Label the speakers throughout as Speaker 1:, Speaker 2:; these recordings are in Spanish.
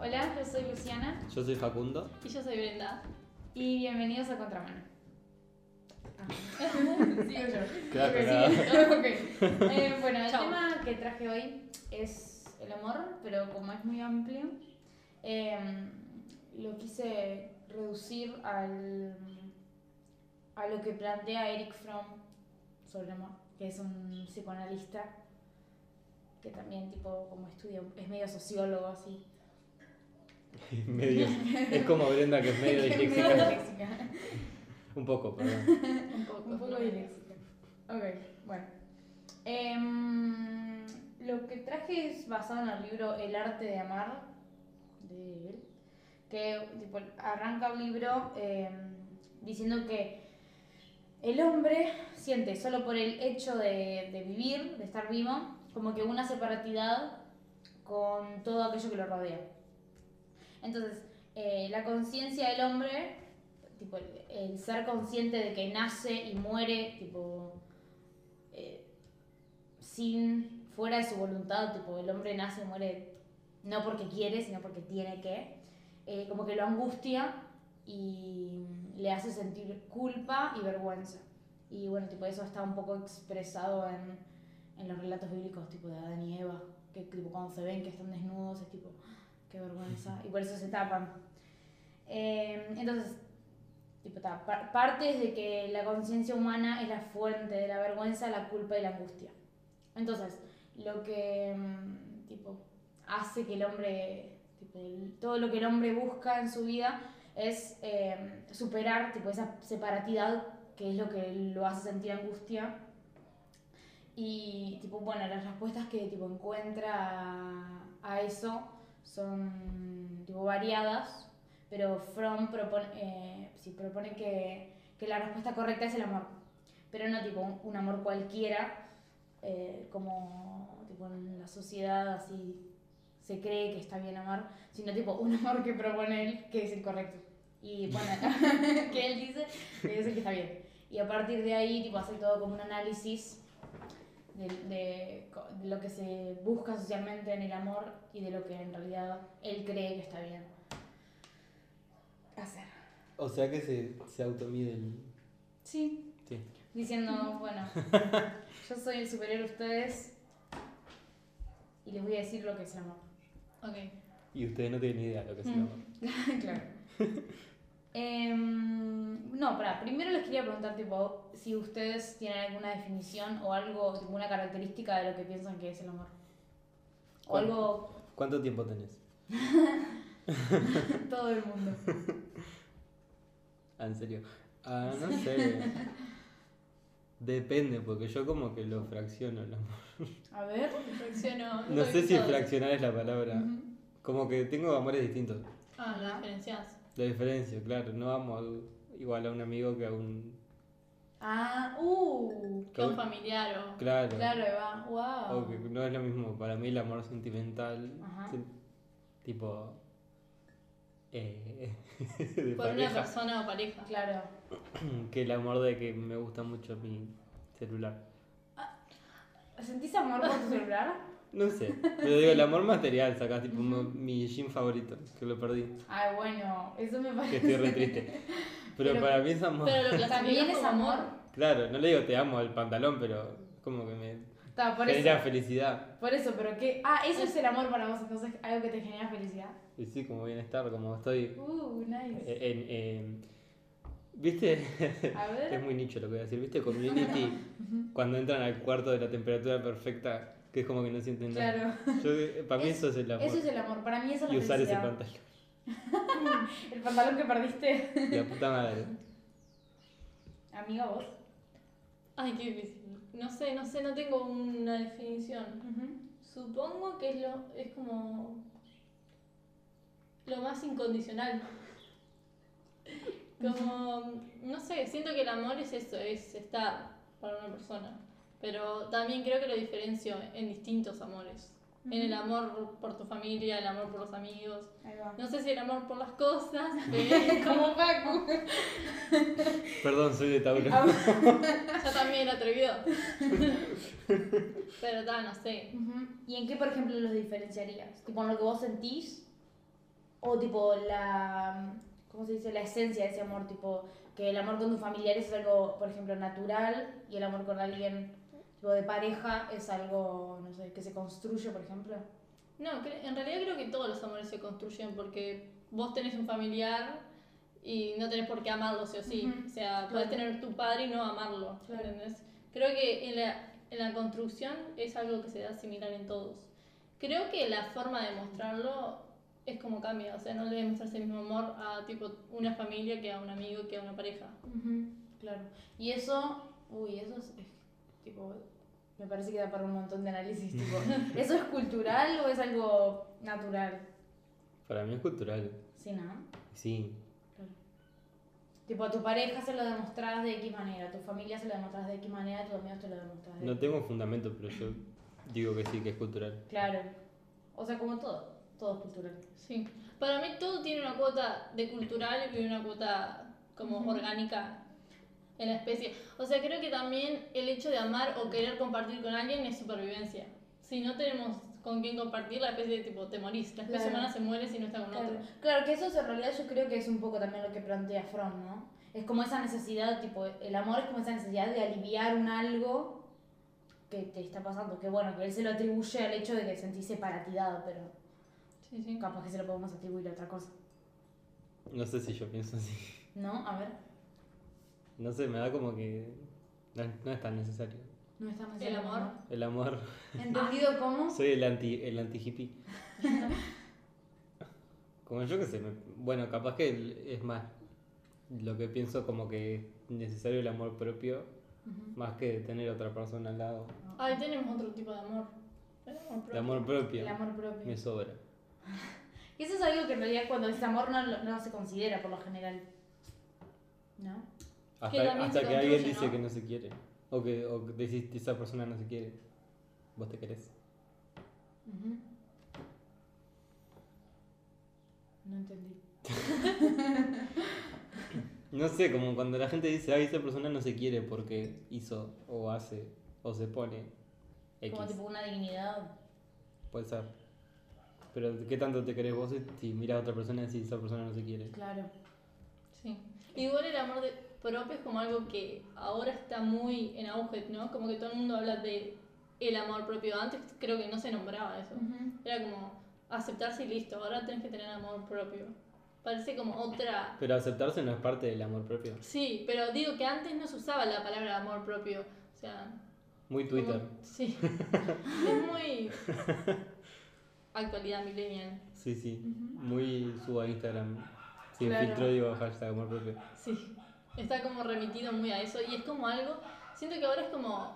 Speaker 1: Hola, yo soy Luciana
Speaker 2: Yo soy Facundo.
Speaker 3: Y yo soy Brenda.
Speaker 1: y bienvenidos a Contramano. Ah.
Speaker 3: Sigo yo.
Speaker 2: Claro,
Speaker 1: Sí,
Speaker 2: claro.
Speaker 1: ok. Eh, bueno, el
Speaker 3: Chau.
Speaker 1: tema que traje hoy es el amor, pero como es muy amplio, eh, lo quise reducir al, a lo que plantea Eric Fromm sobre el amor, que es un psicoanalista que también tipo como estudia, es medio sociólogo así.
Speaker 2: Medio- es como Brenda que es medio
Speaker 1: Que es medio
Speaker 2: disléxica.
Speaker 1: disléxica.
Speaker 2: Un poco, perdón.
Speaker 3: Un poco.
Speaker 1: Un poco
Speaker 3: no me-
Speaker 1: disléxica. Ok, bueno. Em, lo que traje es basado en el libro El arte de amar, de él, que tipo, arranca un libro em, diciendo que el hombre siente solo por el hecho de, de vivir, de estar vivo, como que una separatidad con todo aquello que lo rodea. Entonces, eh, la conciencia del hombre tipo, el, el ser consciente de que nace y muere, tipo, eh, sin, fuera de su voluntad, tipo, el hombre nace y muere no porque quiere, sino porque tiene que, eh, como que lo angustia y le hace sentir culpa y vergüenza. Y bueno, tipo, eso está un poco expresado en, en los relatos bíblicos, tipo, de Adán y Eva, que tipo, cuando se ven que están desnudos, es tipo, "Ah, qué vergüenza, y por eso se tapan. Eh, entonces, Tipo, ta, par- partes de que la conciencia humana es la fuente de la vergüenza, la culpa y la angustia. Entonces, lo que mm, tipo, hace que el hombre, tipo, el- todo lo que el hombre busca en su vida es eh, superar tipo, esa separatidad que es lo que lo hace sentir angustia. Y tipo, bueno, las respuestas que tipo, encuentra a, a eso son tipo, variadas, pero Fromm propone, eh, sí, propone que, que la respuesta correcta es el amor, pero no tipo un, un amor cualquiera, eh, como tipo, en la sociedad así se cree que está bien amar, sino tipo un amor que propone él que es el correcto. Y bueno, que él dice que es el que está bien. Y a partir de ahí tipo hace todo como un análisis de, de co- de lo que se busca socialmente en el amor y de lo que en realidad él cree que está bien hacer.
Speaker 2: O sea que se, se automide el.
Speaker 1: Sí.
Speaker 2: Sí.
Speaker 1: Diciendo, bueno, yo soy el superior a ustedes y les voy a decir lo que es el amor.
Speaker 3: Ok.
Speaker 2: Y ustedes no tienen ni idea de lo que se
Speaker 1: Mm.
Speaker 2: llama.
Speaker 1: claro. Em, no, para, primero les quería preguntar tipo, si ustedes tienen alguna definición o algo, tipo, una característica de lo que piensan que es el amor. O
Speaker 2: ¿Cuál?
Speaker 1: algo
Speaker 2: ¿Cuánto tiempo tenés?
Speaker 1: todo el mundo.
Speaker 2: Ah, en serio. Ah, no sé. Depende, porque yo como que lo fracciono. el amor.
Speaker 1: A ver.
Speaker 3: Fracciono.
Speaker 2: No
Speaker 3: soy
Speaker 2: sé si
Speaker 3: todo.
Speaker 2: fraccionar es la palabra.
Speaker 1: Ujú.
Speaker 2: Como que tengo amores distintos.
Speaker 3: Ah, la diferencias.
Speaker 2: La diferencia, claro. No amo a- igual a un amigo que a un.
Speaker 1: Ah, uh.
Speaker 2: que
Speaker 3: Que
Speaker 2: a
Speaker 3: un
Speaker 2: un-
Speaker 3: familiar o.
Speaker 2: Claro.
Speaker 1: Claro, Eva, wow.
Speaker 2: O que no es lo mismo para mí el amor sentimental.
Speaker 1: Ajá.
Speaker 2: sen- tipo. eh, de
Speaker 3: Por una
Speaker 2: pareja. mm,
Speaker 3: persona o pareja.
Speaker 1: Claro.
Speaker 2: Que el amor de que me gusta mucho mi celular.
Speaker 1: ¿Sentís amor por tu celular?
Speaker 2: No sé. Pero digo, el amor material sacás, tipo mo- mi jean favorito, que lo perdí.
Speaker 1: Ay, bueno, eso me
Speaker 2: Que
Speaker 1: parece.
Speaker 2: estoy re triste. Pero,
Speaker 1: Pero-
Speaker 2: para mí es amor.
Speaker 3: Pero
Speaker 1: También
Speaker 3: lo clasificas
Speaker 1: es
Speaker 3: como
Speaker 1: amor.
Speaker 2: Claro, no le digo te amo al pantalón, pero como que me
Speaker 1: Ta, por
Speaker 2: genera
Speaker 1: eso.
Speaker 2: felicidad.
Speaker 1: Por eso, pero qué. Ah, eso es el amor para vos, entonces algo que te genera felicidad.
Speaker 2: Y sí, como bienestar, como estoy eh,
Speaker 1: Uh, nice.
Speaker 2: en. en- ¿Viste?
Speaker 1: A
Speaker 2: Es
Speaker 1: ver.
Speaker 2: muy nicho lo que voy a decir, ¿viste? Community, cuando entran al cuarto de la temperatura perfecta, que es como que no sienten nada.
Speaker 1: Claro.
Speaker 2: Yo- para mí
Speaker 1: Es-
Speaker 2: eso es el amor.
Speaker 1: Eso es el amor, para mí eso es la
Speaker 2: y usar ese
Speaker 1: felicidad.
Speaker 2: pantalón.
Speaker 1: El pantalón que perdiste,
Speaker 2: La puta madre.
Speaker 1: amigo, vos.
Speaker 3: Ay, qué difícil. No sé, no sé, no tengo una definición.
Speaker 1: Ujú.
Speaker 3: Supongo que es lo es como lo más incondicional. Como no sé, siento que el amor es eso, es estar para una persona, pero también creo que lo diferencio en distintos amores. En el amor por tu familia, el amor por los amigos.
Speaker 1: Ahí va.
Speaker 3: No sé si el amor por las cosas, pero
Speaker 1: Como Paco.
Speaker 2: Perdón, soy de Tauro.
Speaker 1: Ah.
Speaker 3: yo también atrevido. Pero tal, no sé.
Speaker 1: Ujú. ¿Y en qué, por ejemplo, los diferenciarías? Tipo, en lo que vos sentís o tipo la, ¿cómo se dice? La esencia de ese amor, tipo que el amor con tus familiares es algo, por ejemplo, natural y el amor con alguien tipo de pareja es algo, no sé, que se construye, por ejemplo.
Speaker 3: No, cre- en realidad creo que todos los amores se construyen porque vos tenés un familiar y no tenés por qué amarlo, sí o sí.
Speaker 1: Ujú.
Speaker 3: O sea, podés
Speaker 1: Claro.
Speaker 3: tener tu padre y no amarlo,
Speaker 1: Claro.
Speaker 3: ¿entendés? Creo que en la, en la construcción es algo que se da similar en todos. Creo que la forma de mostrarlo es como cambia, o sea, no le demostras el mismo amor a tipo una familia que a un amigo que a una pareja.
Speaker 1: Claro. Y eso, uy, eso es, es, tipo, me parece que da para un montón de análisis, tipo, ¿eso es cultural o es algo natural?
Speaker 2: Para mí es cultural.
Speaker 1: Sí, ¿no?
Speaker 2: Sí.
Speaker 1: Tipo, a tu pareja se lo demostrás de X manera, a tu familia se lo demostrás de X manera, a tus amigos te lo demostrás de
Speaker 2: No tengo fundamento, pero yo digo que sí, que es cultural.
Speaker 1: Claro. O sea, como todo, todo es cultural.
Speaker 3: Sí. Para mí todo tiene una cuota de cultural y una cuota como
Speaker 1: Ujú.
Speaker 3: orgánica en la especie. O sea, creo que también el hecho de amar o querer compartir con alguien es supervivencia. Si no tenemos con quién compartir, la especie de tipo te morís. La especie
Speaker 1: Claro.
Speaker 3: humana se muere si no está con
Speaker 1: Claro.
Speaker 3: otro.
Speaker 1: Claro, que eso en realidad yo creo que es un poco también lo que plantea Fromm, ¿no? Es como esa necesidad, tipo, el amor es como esa necesidad de aliviar un algo que te está pasando. Que bueno, que él se lo atribuye al hecho de que sentís separatidad, pero
Speaker 3: Sí, sí.
Speaker 1: capaz que se lo podemos atribuir a otra cosa.
Speaker 2: No sé si yo pienso así.
Speaker 1: ¿No? A ver,
Speaker 2: No sé, me da como que no, no es tan necesario.
Speaker 1: no está
Speaker 3: El
Speaker 1: el amor.
Speaker 3: amor.
Speaker 2: El amor.
Speaker 1: ¿Entendido cómo?
Speaker 2: Soy el anti el anti hippie. Como yo que sé, me- bueno, capaz que el- es más lo que pienso como que es necesario el amor propio
Speaker 1: Ujú.
Speaker 2: más que tener a otra persona al lado.
Speaker 3: Ahí tenemos otro tipo de amor. El amor propio.
Speaker 2: El amor propio
Speaker 1: El amor propio.
Speaker 2: me sobra.
Speaker 1: Y eso es algo que en realidad cuando es amor no, lo- no se considera por lo general. ¿No?
Speaker 2: Hasta
Speaker 3: Que
Speaker 2: hasta que,
Speaker 3: también se construye,
Speaker 2: alguien dice
Speaker 3: ¿no?
Speaker 2: que no se quiere. O que, o que decís que esa persona no se quiere. Vos te querés.
Speaker 1: Ujú. No entendí.
Speaker 2: No sé, como cuando la gente dice, ay, esa persona no se quiere porque hizo o hace o se pone X.
Speaker 1: Como tipo una dignidad.
Speaker 2: Puede ser. Pero ¿qué tanto te querés vos si- si miras a otra persona y decís, esa persona no se quiere?
Speaker 1: Claro.
Speaker 3: Sí. Igual el amor de propio es como algo que ahora está muy en auge, ¿no? Como que todo el mundo habla de el amor propio. Antes creo que no se nombraba eso. Era como aceptarse y listo, ahora tenés que tener amor propio. Parece como otra...
Speaker 2: Pero aceptarse no es parte del amor propio.
Speaker 3: Sí, pero digo que antes no se usaba la palabra amor propio. O sea...
Speaker 2: Muy
Speaker 3: como-
Speaker 2: Twitter.
Speaker 3: Sí. es muy... Actualidad millennial.
Speaker 2: Sí, sí. Muy subo a Instagram. Sin
Speaker 1: Claro.
Speaker 2: filtro digo hashtag amor propio.
Speaker 3: Sí, está como remitido muy a eso y es como algo, siento que ahora es como,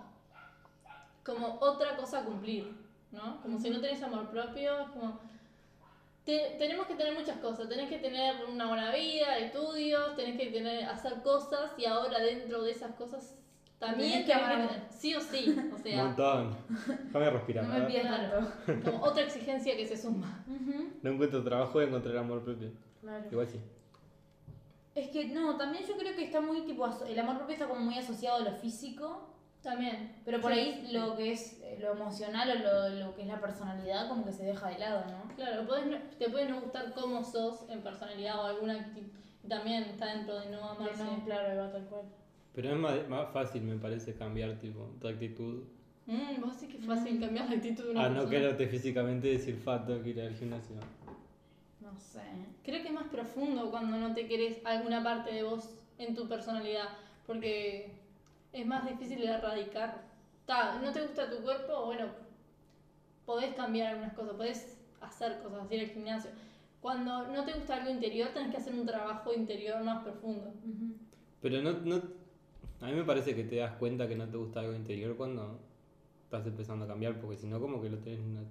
Speaker 3: como otra cosa a cumplir, ¿no? Como si no tenés amor propio, es como, te- tenemos que tener muchas cosas, tenés que tener una buena vida, estudios, tenés que tener, hacer cosas y ahora dentro de esas cosas también
Speaker 1: Tenés que
Speaker 3: tenés
Speaker 1: amar.
Speaker 3: tener- sí o sí, o
Speaker 2: Un
Speaker 3: sea,
Speaker 2: montón. Déjame respirar.
Speaker 1: No
Speaker 2: a
Speaker 1: me
Speaker 2: ver.
Speaker 1: pidas
Speaker 3: Claro.
Speaker 1: tanto.
Speaker 3: como otra exigencia que se suma.
Speaker 2: No encuentro trabajo de encontrar amor propio.
Speaker 1: Claro.
Speaker 2: Igual sí.
Speaker 1: Es que no, también yo creo que está muy tipo. aso- El amor propio está como muy asociado a lo físico.
Speaker 3: También.
Speaker 1: Pero por
Speaker 3: Sí.
Speaker 1: ahí lo que es eh, lo emocional o lo, lo que es la personalidad, como que se deja de lado, ¿no?
Speaker 3: Claro, podés no- te puede no gustar cómo sos en personalidad o alguna actitud. También está dentro de no amarse.
Speaker 1: No, claro, va tal cual.
Speaker 2: Pero es más, más fácil, me parece, cambiar tipo, tu actitud.
Speaker 3: Mm, vos decís que es fácil cambiar la actitud de una
Speaker 2: A Ah, no
Speaker 3: persona.
Speaker 2: quererte físicamente y decir, fa, tengo que ir al gimnasio.
Speaker 1: No sé.
Speaker 3: Creo que es más profundo cuando no te querés alguna parte de vos en tu personalidad, porque es más difícil de erradicar. Ta, no te gusta tu cuerpo, bueno, podés cambiar algunas cosas, podés hacer cosas, ir al gimnasio. Cuando no te gusta algo interior, tenés que hacer un trabajo interior más profundo.
Speaker 2: Pero no, no. A mí me parece que te das cuenta que no te gusta algo interior cuando estás empezando a cambiar, porque si no, como que lo tenés na-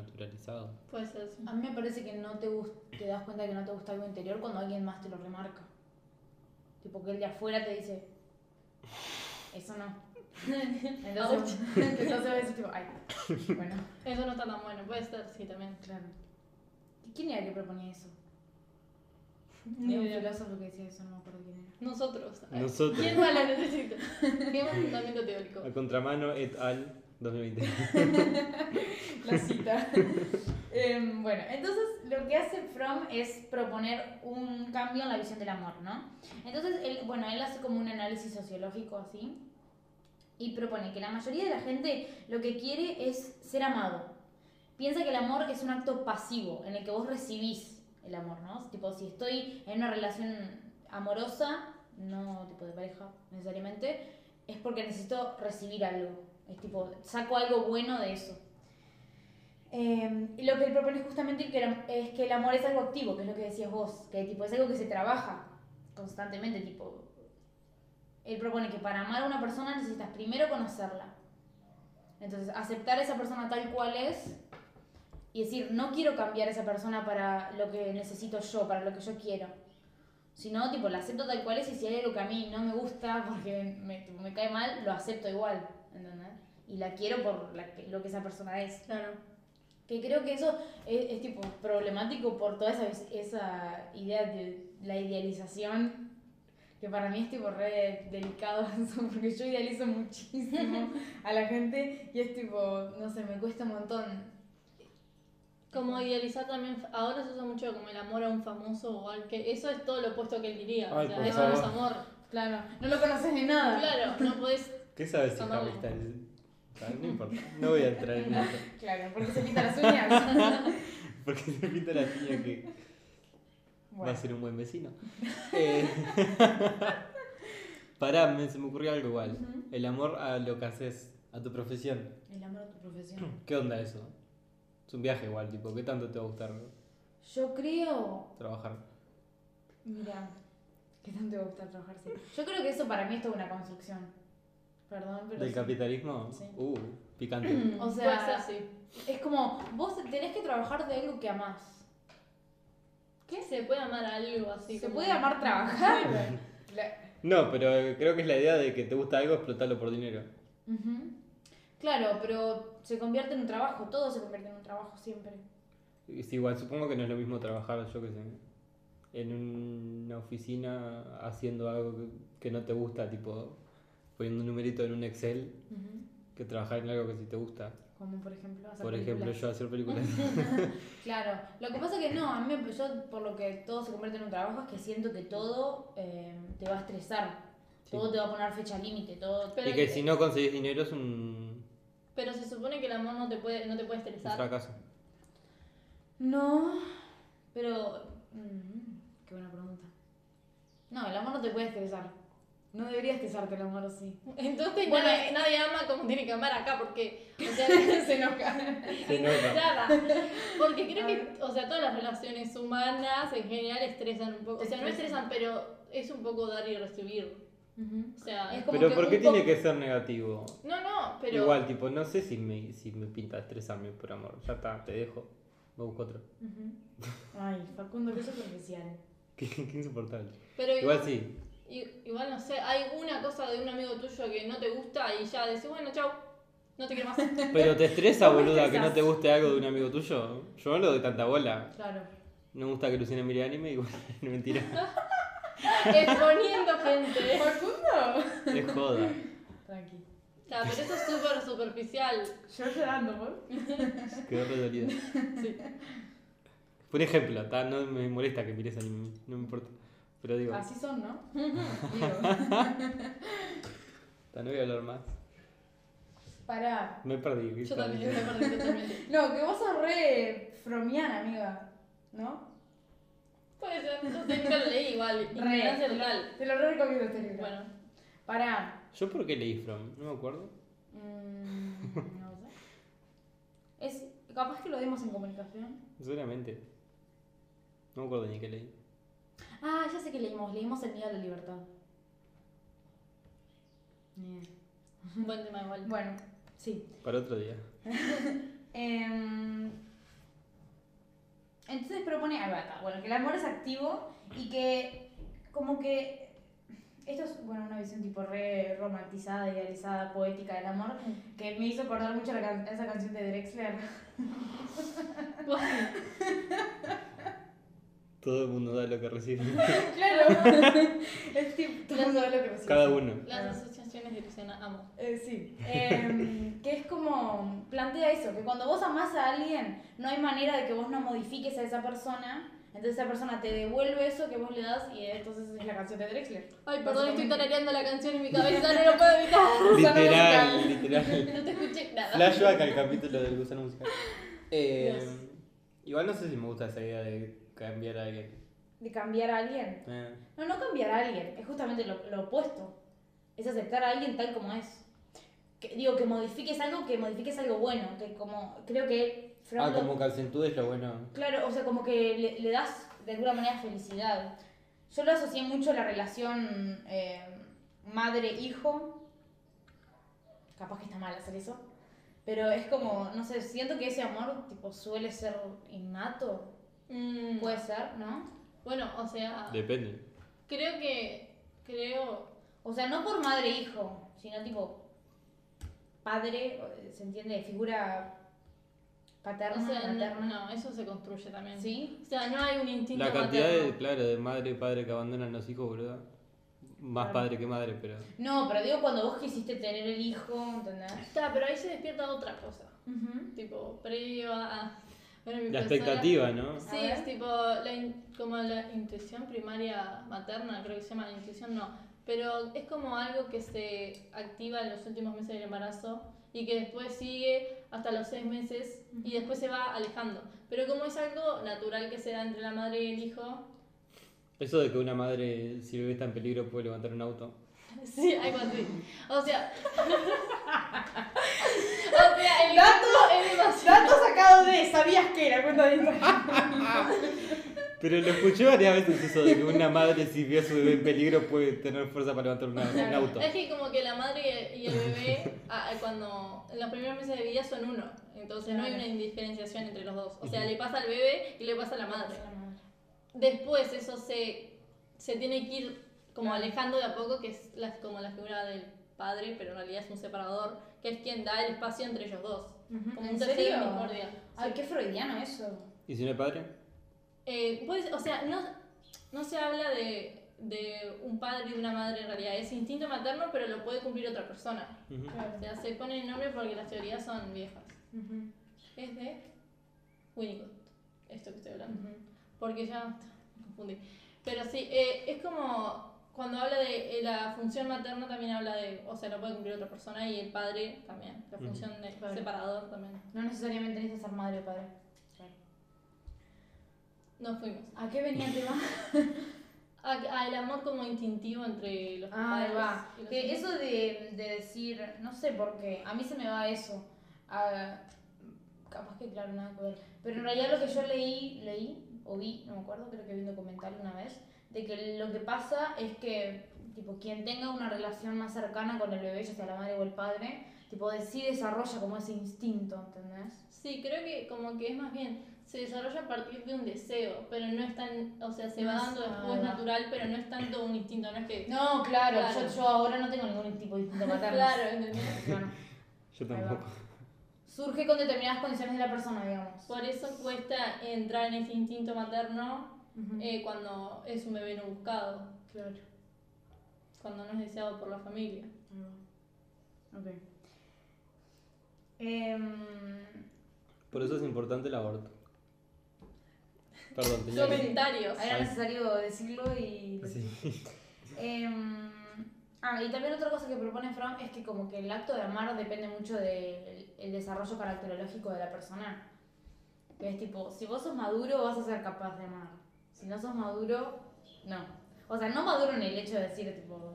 Speaker 2: naturalizado.
Speaker 3: Puede ser sí.
Speaker 1: A mí me parece que no te, gus- te das cuenta que no te gusta algo interior cuando alguien más te lo remarca. Tipo que el de afuera te dice, eso no. Entonces, entonces a veces tipo, ay, bueno,
Speaker 3: Eso no está tan bueno, puede ser, sí, también.
Speaker 1: claro. ¿Y quién era que proponía eso?
Speaker 3: Ni
Speaker 1: Era un
Speaker 3: idea.
Speaker 1: filósofo que decía eso, no me acuerdo quién era.
Speaker 3: Nosotros. ay,
Speaker 2: Nosotros.
Speaker 3: ¿Quién más la necesita? ¿Qué más fundamento teórico?
Speaker 2: A contramano et al 2020.
Speaker 1: La cita. Em, bueno, entonces lo que hace Fromm es proponer un cambio en la visión del amor, ¿no? Entonces, él, bueno, él hace como un análisis sociológico así y propone que la mayoría de la gente lo que quiere es ser amado. Piensa que el amor es un acto pasivo en el que vos recibís el amor, ¿no? Tipo, si estoy en una relación amorosa, no tipo de pareja necesariamente, es porque necesito recibir algo. Es tipo, saco algo bueno de eso. Eh, y lo que él propone es justamente que el am- es que el amor es algo activo, que es lo que decías vos, que tipo es algo que se trabaja constantemente, tipo. Él propone que para amar a una persona necesitas primero conocerla. Entonces, aceptar a esa persona tal cual es y decir, no quiero cambiar a esa persona para lo que necesito yo, para lo que yo quiero. Sino, tipo, la acepto tal cual es y si hay algo que a mí no me gusta porque me, tipo, me cae mal, lo acepto igual, ¿entendés? Y la quiero por la que- lo que esa persona es.
Speaker 3: Claro.
Speaker 1: Que creo que eso es, es, tipo problemático por toda esa, vis- esa idea de la idealización, que para mí es tipo re delicado eso, porque yo idealizo muchísimo a la gente y es tipo, no sé, me cuesta un montón.
Speaker 3: Como idealizar también, ahora se usa mucho como el amor a un famoso o al que. Eso es todo lo opuesto que él diría.
Speaker 2: Ay,
Speaker 3: o sea,
Speaker 2: por
Speaker 3: eso no es
Speaker 2: favor.
Speaker 3: amor.
Speaker 1: Claro, no lo conoces de nada.
Speaker 3: Claro, no podés.
Speaker 2: ¿Qué sabes si
Speaker 3: Amamos.
Speaker 2: Harry Styles- Ah, No importa, no voy a entrar en eso.
Speaker 1: Claro, porque se pinta las uñas.
Speaker 2: Porque se pinta la piña que va a
Speaker 1: bueno,
Speaker 2: ser un buen vecino. Eh, Pará, me- se me ocurrió algo igual.
Speaker 1: Ujú.
Speaker 2: El amor a lo que haces, a tu profesión.
Speaker 1: el amor a tu profesión.
Speaker 2: ¿Qué onda eso? Es un viaje igual, tipo, ¿qué tanto te va a gustar
Speaker 1: Yo creo
Speaker 2: trabajar?
Speaker 1: Mira, ¿qué tanto te gusta trabajar? Sí. Yo creo que eso para mí es toda una construcción. Perdón, pero.
Speaker 2: ¿Del
Speaker 1: sí.
Speaker 2: capitalismo?
Speaker 1: Sí.
Speaker 2: Uh, picante.
Speaker 1: O sea-
Speaker 3: puede ser, sí.
Speaker 1: Es como, vos tenés que trabajar de algo que amás.
Speaker 3: ¿Qué? Se puede amar algo así.
Speaker 1: ¿Se
Speaker 3: como-
Speaker 1: puede amar trabajar? La-
Speaker 2: No, pero eh, creo que es la idea de que te gusta algo, explotarlo por dinero.
Speaker 1: Ujú. Claro, pero se convierte en un trabajo, todo se convierte en un trabajo siempre.
Speaker 2: Y sí, igual, supongo que no es lo mismo trabajar, yo qué sé, en una oficina haciendo algo que, que no te gusta, tipo poniendo un numerito en un Excel, que trabajar en algo que sí te gusta.
Speaker 1: Como por ejemplo hacer
Speaker 2: Por ejemplo,
Speaker 1: películas.
Speaker 2: yo hacer películas.
Speaker 1: Claro, lo que pasa que no, a mí me- yo por lo que todo se convierte en un trabajo es que siento que todo eh, te va a estresar.
Speaker 2: Sí.
Speaker 1: Todo te va a poner fecha límite, todo.
Speaker 3: Pero-
Speaker 2: y que si no conseguís dinero es un,
Speaker 3: Pero se supone que el amor no te puede, no te puede
Speaker 2: un
Speaker 3: estresar.
Speaker 2: fracaso.
Speaker 1: No, pero. mm, qué buena pregunta. No, el amor no te puede estresar. No debería estresarte el amor, sí.
Speaker 3: Entonces
Speaker 1: Bueno,
Speaker 3: nadie,
Speaker 1: eh.
Speaker 3: nadie ama como tiene que amar acá, porque, o sea, se enoja.
Speaker 2: Se nota.
Speaker 3: Porque creo que, o sea, todas las relaciones humanas en general estresan un poco. O sea, no estresan, pero es un poco dar y recibir. O sea,
Speaker 1: Es como
Speaker 2: Pero
Speaker 1: que
Speaker 2: ¿por qué
Speaker 1: un
Speaker 2: tiene
Speaker 1: poco-
Speaker 2: que ser negativo?
Speaker 3: no, no, pero
Speaker 2: Igual, tipo, no sé si me, si me pinta estresarme por amor. Ya está, te dejo. Me busco otro.
Speaker 1: Ay, Facundo, que eso es especial.
Speaker 2: Qué, qué insoportable.
Speaker 3: pero
Speaker 2: Igual sí.
Speaker 3: i- igual no sé, hay una cosa de un amigo tuyo que no te gusta y ya decís, bueno, chau, no te quiero más.
Speaker 2: Pero te estresa,
Speaker 1: No me
Speaker 2: boluda, que
Speaker 1: estresás.
Speaker 2: no te guste algo de un amigo tuyo. Yo no le doy tanta bola.
Speaker 1: Claro.
Speaker 2: No me gusta que Luciana mire anime y bueno, no, mentira.
Speaker 3: Exponiendo gente.
Speaker 1: ¿Facundo?
Speaker 2: Es joda.
Speaker 1: Tranqui.
Speaker 3: O sea, pero eso es súper superficial.
Speaker 1: Yo llorando, ¿por?
Speaker 2: Quedó re dolida.
Speaker 3: Sí.
Speaker 2: Por ejemplo, ta, no me molesta que mires anime. No me importa. Pero digo,
Speaker 3: Ah.
Speaker 1: Así son, ¿no? Digo.
Speaker 2: ta, no voy a hablar más.
Speaker 1: Pará.
Speaker 2: Me perdí. ¿viste?
Speaker 3: Yo también, me perdí totalmente.
Speaker 1: No, que vos sos re fromiana, amiga. ¿No?
Speaker 3: Puede ser, yo nunca lo leí igual. Ignorancia total.
Speaker 1: Te lo re recomiendo este libro.
Speaker 3: Bueno,
Speaker 1: Pará.
Speaker 2: ¿Yo por qué leí From? No me acuerdo.
Speaker 1: Mm, no sé. Es, capaz que lo dimos en comunicación.
Speaker 2: Seguramente. No me acuerdo ni qué leí.
Speaker 1: Ah, ya sé que leímos, leímos El Miedo a la Libertad.
Speaker 3: buen tema igual.
Speaker 1: Bueno, sí.
Speaker 2: Para otro día.
Speaker 1: Em, entonces propone Albata, bueno, que el amor es activo y que como que... Esto es, bueno, una visión tipo re romantizada, idealizada, poética del amor, que me hizo acordar mucho la can- esa canción de Drexler.
Speaker 3: Bueno,
Speaker 2: Todo el mundo da lo que recibe.
Speaker 1: claro. es tipo...
Speaker 3: Todo el mundo
Speaker 1: lo que
Speaker 2: Cada uno.
Speaker 3: Las asociaciones. Confesiones de Luciana Amo.
Speaker 1: Eh, sí. Em, que es como, plantea eso, que cuando vos amás a alguien, no hay manera de que vos no modifiques a esa persona. Entonces esa persona te devuelve eso que vos le das y entonces es la canción de Drexler.
Speaker 3: Ay, perdón, estoy
Speaker 1: Básicamente.
Speaker 3: tarareando la canción en mi cabeza, no lo puedo evitar.
Speaker 2: Literal, literal.
Speaker 3: No te escuché nada.
Speaker 2: Flashback al capítulo del gusano musical. Eh,
Speaker 3: Dios.
Speaker 2: igual no sé si me gusta esa idea de cambiar a alguien.
Speaker 1: De cambiar a alguien.
Speaker 2: Eh,
Speaker 1: No, no cambiar a alguien, es justamente lo, lo opuesto. Es aceptar a alguien tal como es. Que- digo, que modifiques algo, que modifiques algo bueno. Que como, creo que... Frodo-
Speaker 2: Ah, como que acentúes lo bueno.
Speaker 1: Claro, o sea, como que le, le das de alguna manera felicidad. Yo lo asocié mucho a la relación eh, madre-hijo. Capaz que está mal hacer eso. Pero es como, no sé, siento que ese amor tipo suele ser innato.
Speaker 3: Mm,
Speaker 1: Puede ser, ¿no?
Speaker 3: bueno, o sea,
Speaker 2: Depende.
Speaker 3: creo que. Creo.
Speaker 1: O sea, no por madre-hijo, sino tipo padre, ¿se entiende? Figura paterna,
Speaker 3: O sea, no,
Speaker 1: materna.
Speaker 3: no, eso se construye también.
Speaker 1: ¿Sí?
Speaker 3: O sea, no hay un instinto
Speaker 2: La cantidad
Speaker 3: materno.
Speaker 2: de, claro, de madre y padre que abandonan los hijos, boludo. Más
Speaker 1: Claro.
Speaker 2: padre que madre, pero.
Speaker 1: No, pero digo cuando vos quisiste tener el hijo, ¿entendés?
Speaker 3: Está, pero ahí se despierta otra cosa.
Speaker 1: Ujú.
Speaker 3: Tipo, previo a. Bueno, mi
Speaker 2: La
Speaker 3: profesora-
Speaker 2: expectativa, ¿no?
Speaker 3: Sí,
Speaker 1: A ver.
Speaker 3: es tipo la in- como la intuición primaria materna, creo que se llama intuición, no. Pero es como algo que se activa en los últimos meses del embarazo y que después sigue hasta los seis meses y después se va alejando. Pero como es algo natural que se da entre la madre y el hijo,
Speaker 2: Eso de que una madre, si lo que está en peligro, puede levantar un auto.
Speaker 3: sí, algo así. O sea, o sea, el gato es demasiado.
Speaker 1: Dato sacado de sabías que la cuenta de Instagram.
Speaker 2: Pero lo escuché varias veces eso de que una madre, si ve a su bebé en peligro, puede tener fuerza para levantar una- un
Speaker 1: Claro.
Speaker 2: auto.
Speaker 3: Es que como que la madre y el bebé, a- a cuando en los primeros meses de vida son uno, entonces no hay
Speaker 1: Claro.
Speaker 3: una indiferenciación entre los dos. O sea, le pasa al bebé y le pasa a la madre. Después eso se, se tiene que ir como
Speaker 1: Claro.
Speaker 3: alejando de a poco, que es la, como la figura del padre, pero en realidad es un separador, que es quien da el espacio entre ellos dos. Como
Speaker 1: ¿En
Speaker 3: un tercero
Speaker 1: serio?
Speaker 3: de discordia.
Speaker 1: Ay,
Speaker 3: Sí.
Speaker 1: qué freudiano eso.
Speaker 2: ¿Y si no hay padre?
Speaker 3: Eh, pues, o sea, no, no se habla de, de un padre y una madre en realidad, es instinto materno, pero lo puede cumplir otra persona.
Speaker 2: Ujú.
Speaker 3: O sea, se pone el nombre porque las teorías son viejas.
Speaker 1: Ujú,
Speaker 3: Es de Winnicott, esto que estoy hablando.
Speaker 1: ujú.
Speaker 3: Porque ya me confundí. Pero sí, eh, es como cuando habla de eh, la función materna también habla de, o sea, lo puede cumplir otra persona y el padre también, la
Speaker 2: Ujú.
Speaker 3: función de
Speaker 1: Claro.
Speaker 3: separador también.
Speaker 1: No necesariamente necesitas ser madre o padre.
Speaker 3: Nos fuimos.
Speaker 1: ¿A qué venía el tema?
Speaker 3: A, a el amor como instintivo entre los
Speaker 1: Ah, ahí
Speaker 3: padres.
Speaker 1: va.
Speaker 3: y los
Speaker 1: Que
Speaker 3: hijos.
Speaker 1: eso de, de decir, no sé por qué, a mí se me va eso. A- capaz que, claro, nada que ver. Pero en realidad lo que yo leí, leí o vi, no me acuerdo, creo que vi un documental una vez, de que lo que pasa es que, tipo, quien tenga una relación más cercana con el bebé, ya sea la madre o el padre, tipo, de sí desarrolla como ese instinto, ¿entendés?
Speaker 3: Sí, creo que como que es más bien, se desarrolla a partir de un deseo, pero no es tan, o sea, se
Speaker 1: No
Speaker 3: va
Speaker 1: es-
Speaker 3: dando
Speaker 1: ah,
Speaker 3: después
Speaker 1: va.
Speaker 3: natural, pero no es tanto un instinto, no es que...
Speaker 1: No, claro,
Speaker 3: Claro.
Speaker 1: Yo, yo ahora no tengo ningún tipo de instinto materno.
Speaker 3: Claro, ¿entendés?
Speaker 1: No, no. Ahí
Speaker 2: Yo
Speaker 1: va.
Speaker 2: tampoco.
Speaker 1: Surge con determinadas condiciones de la persona, digamos.
Speaker 3: Por eso cuesta entrar en ese instinto materno
Speaker 1: Ujú.
Speaker 3: eh, cuando es un bebé no buscado,
Speaker 1: Claro.
Speaker 3: cuando no es deseado por la familia.
Speaker 1: Ahí va. Ok. Em,
Speaker 2: Por eso es importante el aborto. Perdón, tenía que...
Speaker 3: Comentarios.
Speaker 1: era
Speaker 2: Ay.
Speaker 1: necesario decirlo y.
Speaker 2: Sí.
Speaker 1: Em, ah, y también otra cosa que propone Fromm es que como que el acto de amar depende mucho del el desarrollo caracterológico de la persona. Que es tipo, si vos sos maduro vas a ser capaz de amar. Si no sos maduro, no. O sea, no maduro en el hecho de decir tipo,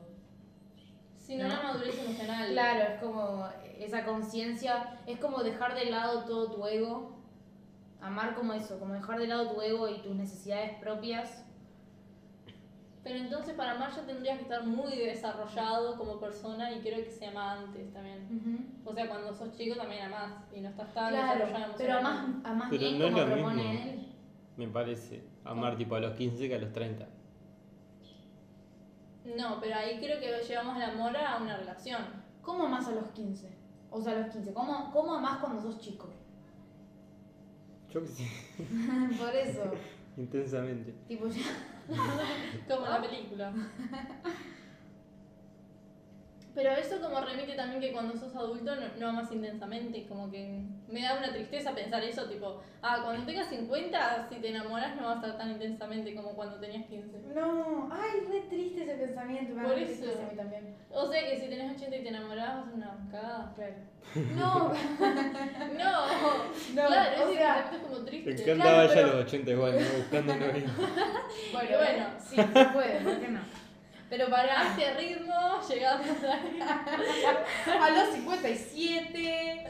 Speaker 3: Sino la madurez emocional.
Speaker 1: Claro, es como esa conciencia, es como dejar de lado todo tu ego, amar como eso, como dejar de lado tu ego y tus necesidades propias.
Speaker 3: Pero entonces para amar ya tendrías que estar muy desarrollado como persona y creo que se ama antes también. O sea, cuando sos chico también amás y no estás tan
Speaker 1: Claro,
Speaker 3: desarrollado
Speaker 1: pero amás,
Speaker 3: emocionalmente.
Speaker 1: amás
Speaker 2: Pero
Speaker 1: bien
Speaker 2: no es
Speaker 1: como
Speaker 2: lo
Speaker 1: propone
Speaker 2: mismo.
Speaker 1: él.
Speaker 2: Me parece. Amar tipo a los 15 que a los 30.
Speaker 3: No, pero ahí creo que llevamos el amor a una relación.
Speaker 1: ¿Cómo amás a los 15? O sea, a los 15, ¿cómo, cómo amás cuando sos chico?
Speaker 2: Yo que sé.
Speaker 1: Por eso,
Speaker 2: Intensamente.
Speaker 1: tipo ya. Ah.
Speaker 3: Como la película. Pero eso como remite también que cuando sos adulto no, no amas intensamente, como que me da una tristeza pensar eso, tipo, ah, cuando tengas 50, si te enamoras no vas a estar tan intensamente como cuando tenías 15.
Speaker 1: No, ay, re triste ese pensamiento. me da
Speaker 3: Por
Speaker 1: re
Speaker 3: eso.
Speaker 1: tristeza a mí también.
Speaker 3: O sea que si tenés 80 y te enamorás, es una bancada.
Speaker 1: Claro. No,
Speaker 3: No,
Speaker 1: no,
Speaker 3: claro,
Speaker 1: o
Speaker 3: ese
Speaker 1: sea,
Speaker 3: concepto es como triste.
Speaker 2: Me encantaba ya
Speaker 1: pero-
Speaker 2: los 80 igual, ¿no? buscando novio.
Speaker 1: bueno, bueno,
Speaker 3: Bueno.
Speaker 1: sí, se puede, ¿por qué no?
Speaker 3: Pero para este ritmo llegás a
Speaker 1: A los 57.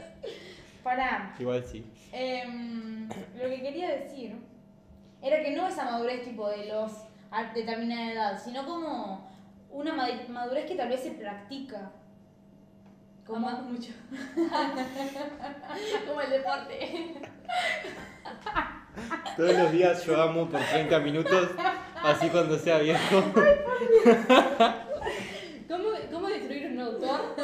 Speaker 1: Pará.
Speaker 2: Igual sí.
Speaker 1: em, lo que quería decir era que no esa madurez tipo de los a determinada edad, sino como una madi- madurez que tal vez se practica. Como,
Speaker 3: Amás mucho. como el deporte.
Speaker 2: Todos los días yo amo por 30 minutos, así cuando sea viejo.
Speaker 3: ¿Cómo, cómo destruir un autor?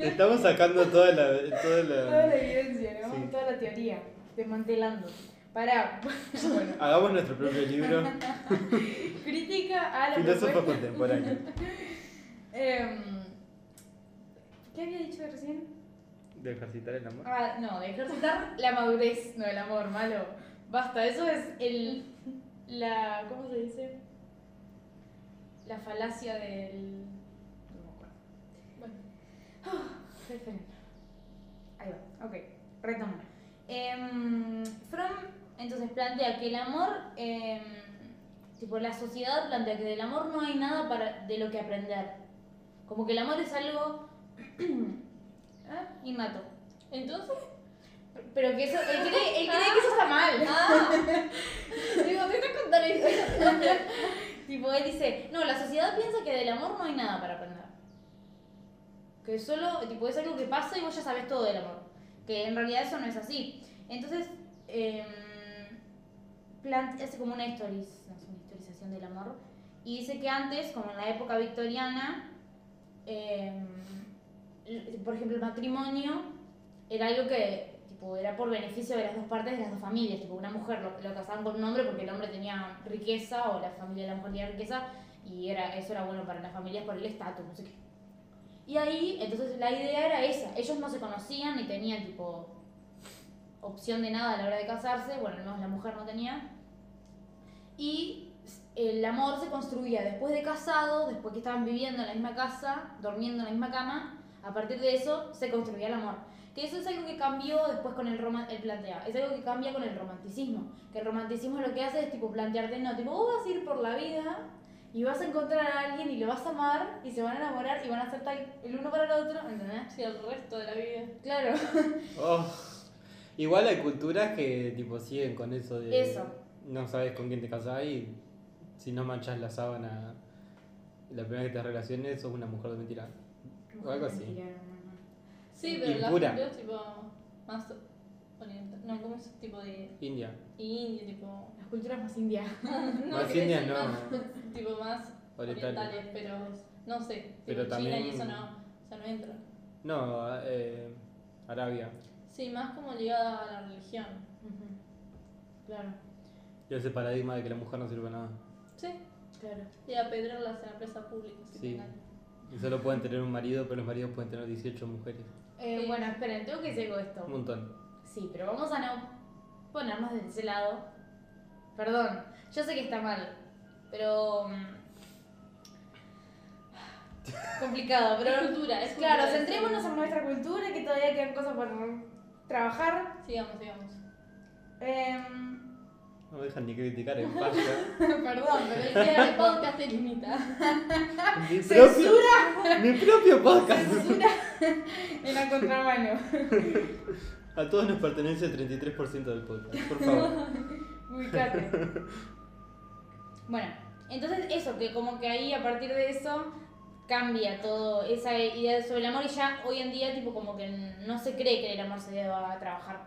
Speaker 2: Estamos sacando toda la. Toda
Speaker 1: Toda la
Speaker 2: la...
Speaker 1: evidencia, ¿no?
Speaker 2: Eh, Sí.
Speaker 1: Toda la teoría, desmantelando. Pará. Bueno,
Speaker 2: Hagamos nuestro propio libro,
Speaker 1: crítica a la
Speaker 2: Filósofo
Speaker 1: propuesta.
Speaker 2: Contemporáneo.
Speaker 1: Em, ¿Qué había dicho recién?
Speaker 2: ¿De ejercitar el amor?
Speaker 1: Ah, no, de ejercitar la madurez, no el amor, malo. Basta, eso es el. La. ¿Cómo se dice? La falacia del. No me acuerdo.
Speaker 3: Bueno,
Speaker 1: Estoy feliz. Ahí va, ok, retomo. Em, Fromm entonces plantea que el amor. em, tipo, la sociedad plantea que del amor no hay nada para, de lo que aprender. Como que el amor es algo. ah, innato.
Speaker 3: entonces,
Speaker 1: Pero que eso, él cree, él cree que eso está mal. Digo, te estás contradiciendo. tipo, él dice, no, la sociedad piensa que del amor no hay nada para aprender. Que solo, tipo, es algo que pasa y vos ya sabes todo del amor. Que en realidad eso no es así. Entonces, eh, plant- hace como una, historiz- no sé, una historización del amor. Y dice que antes, como en la época victoriana, eh, l- por ejemplo, el matrimonio era algo que tipo, era por beneficio de las dos partes de las dos familias. Tipo, una mujer lo, lo casaban con un hombre porque el hombre tenía riqueza o la familia de la mujer tenía riqueza y era, eso era bueno para las familias por el estatus, no sé qué. Y ahí, entonces la idea era esa. Ellos no se conocían ni tenían tipo opción de nada a la hora de casarse. Bueno, al menos la mujer no tenía. Y eh, el amor se construía después de casado, después que estaban viviendo en la misma casa, durmiendo en la misma cama. A partir de eso se construía el amor. Que eso es algo que cambió después con el roman el plantea. Es algo que cambia con el romanticismo. Que el romanticismo lo que hace es tipo plantearte, no, tipo, vos vas a ir por la vida y vas a encontrar a alguien y lo vas a amar y se van a enamorar y van a ser tal el uno para el otro, ¿entendés?
Speaker 3: si el resto de la vida.
Speaker 1: Claro,
Speaker 2: Oh. Igual hay culturas que tipo siguen con eso de.
Speaker 1: Eso.
Speaker 2: No sabes con quién te casás y si no manchas la sábana la primera que te relaciones sos una mujer de mentira. O algo así.
Speaker 1: Mentira, no, no.
Speaker 3: Sí, pero la
Speaker 2: Impura.
Speaker 3: gente es tipo más oriental. No, ¿cómo es tipo de
Speaker 2: India.
Speaker 3: indio, tipo.
Speaker 1: Las culturas más indias.
Speaker 3: No,
Speaker 2: Más
Speaker 3: quería
Speaker 2: indias
Speaker 3: decir
Speaker 2: no.
Speaker 3: más, tipo más
Speaker 2: Orientales.
Speaker 3: orientales, pero no sé. Tipo
Speaker 2: Pero
Speaker 3: China
Speaker 2: también-
Speaker 3: y eso no, o sea, no entra.
Speaker 2: No, eh, Arabia.
Speaker 3: Sí, más como ligada a la religión.
Speaker 1: Ujú. Claro,
Speaker 2: Y ese paradigma de que la mujer no sirve para nada.
Speaker 3: Sí,
Speaker 1: claro.
Speaker 3: y apedrearlas en la presa pública. si
Speaker 2: Sí.
Speaker 3: te engañan.
Speaker 2: Y solo pueden tener un marido, pero los maridos pueden tener 18 mujeres.
Speaker 1: Eh,
Speaker 3: Sí.
Speaker 1: Bueno, esperen, tengo que decir algo de esto.
Speaker 2: Un montón.
Speaker 1: Sí, pero vamos a no ponernos de ese lado. Perdón, yo sé que está mal, pero... mm, Complicado,
Speaker 3: Es
Speaker 1: pero...
Speaker 3: cultura, es cultura.
Speaker 1: Claro,
Speaker 3: es-
Speaker 1: centrémonos en nuestra cultura, que todavía quedan cosas por trabajar.
Speaker 3: Sigamos, sigamos.
Speaker 1: Em,
Speaker 2: No me dejan ni criticar el payo.
Speaker 1: perdón,
Speaker 3: Pero
Speaker 1: pero...
Speaker 3: el día de podcast se limita.
Speaker 2: mi, propio,
Speaker 1: Censura,
Speaker 2: mi propio podcast.
Speaker 1: censura en la contramano.
Speaker 2: A todos nos pertenece el 33% del podcast, por favor.
Speaker 1: Ubicate. bueno, entonces eso, que como que ahí a partir de eso cambia todo esa idea sobre el amor y ya hoy en día tipo como que no se cree que el amor se deba trabajar.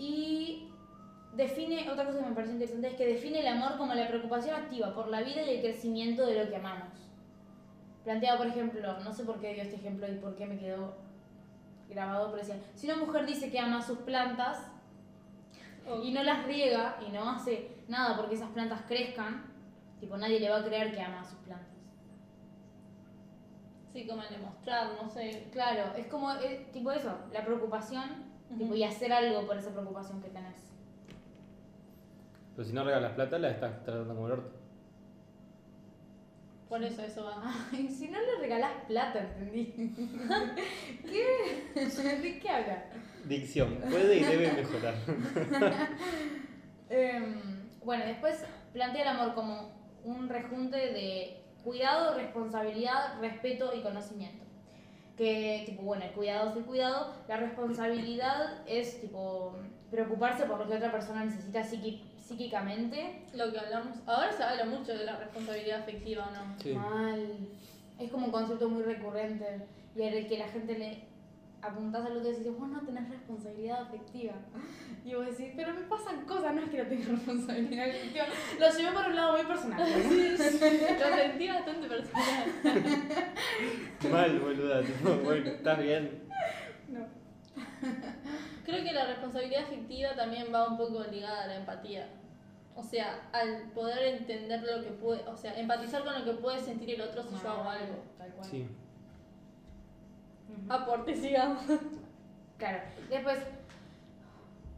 Speaker 1: Y define, otra cosa que me pareció interesante es que define el amor como la preocupación activa por la vida y el crecimiento de lo que amamos. Plantea, por ejemplo, no sé por qué dio este ejemplo y por qué me quedó grabado, pero decía, si una mujer dice que ama sus plantas,
Speaker 3: O-
Speaker 1: y no las riega y no hace nada porque esas plantas crezcan, Tipo, nadie le va a creer que ama a sus plantas.
Speaker 3: Sí, como el de mostrar, no sé.
Speaker 1: Claro, es como, eh, tipo eso, la preocupación
Speaker 3: Ujú.
Speaker 1: tipo, y hacer algo por esa preocupación que tenés.
Speaker 2: Pero si no regalas plata, la estás tratando como el orto.
Speaker 3: Por eso eso va.
Speaker 1: Ay, si no le regalás plata, ¿entendí? ¿Qué? ¿De qué habla?
Speaker 2: Dicción, puede y debe mejorar.
Speaker 1: Em, bueno, después plantea el amor como un rejunte de cuidado, responsabilidad, respeto y conocimiento. Que, tipo, bueno, el cuidado es el cuidado, la responsabilidad es, tipo, preocuparse por lo que otra persona necesita psiqui- psíquicamente.
Speaker 3: Lo que hablamos. Ahora se habla mucho de la responsabilidad afectiva o no.
Speaker 2: Sí.
Speaker 1: Mal. Es como un concepto muy recurrente y en el que la gente le apuntás al otro y dices, vos no tenés responsabilidad afectiva. Y vos decís, pero me pasan cosas, no es que no tenga responsabilidad afectiva. Lo llevé por un lado muy personal.
Speaker 3: Lo sentí bastante personal.
Speaker 2: Mal, boluda. tipo, bueno, estás bien.
Speaker 1: No.
Speaker 3: Creo que la responsabilidad afectiva también va un poco ligada a la empatía. O sea, al poder entender lo que puede, o sea, empatizar con lo que puede sentir el otro si yo
Speaker 1: Ah.
Speaker 3: hago algo.
Speaker 1: Tal cual.
Speaker 2: Sí.
Speaker 1: Ujú.
Speaker 3: Aporte, sigamos.
Speaker 1: Claro. Después,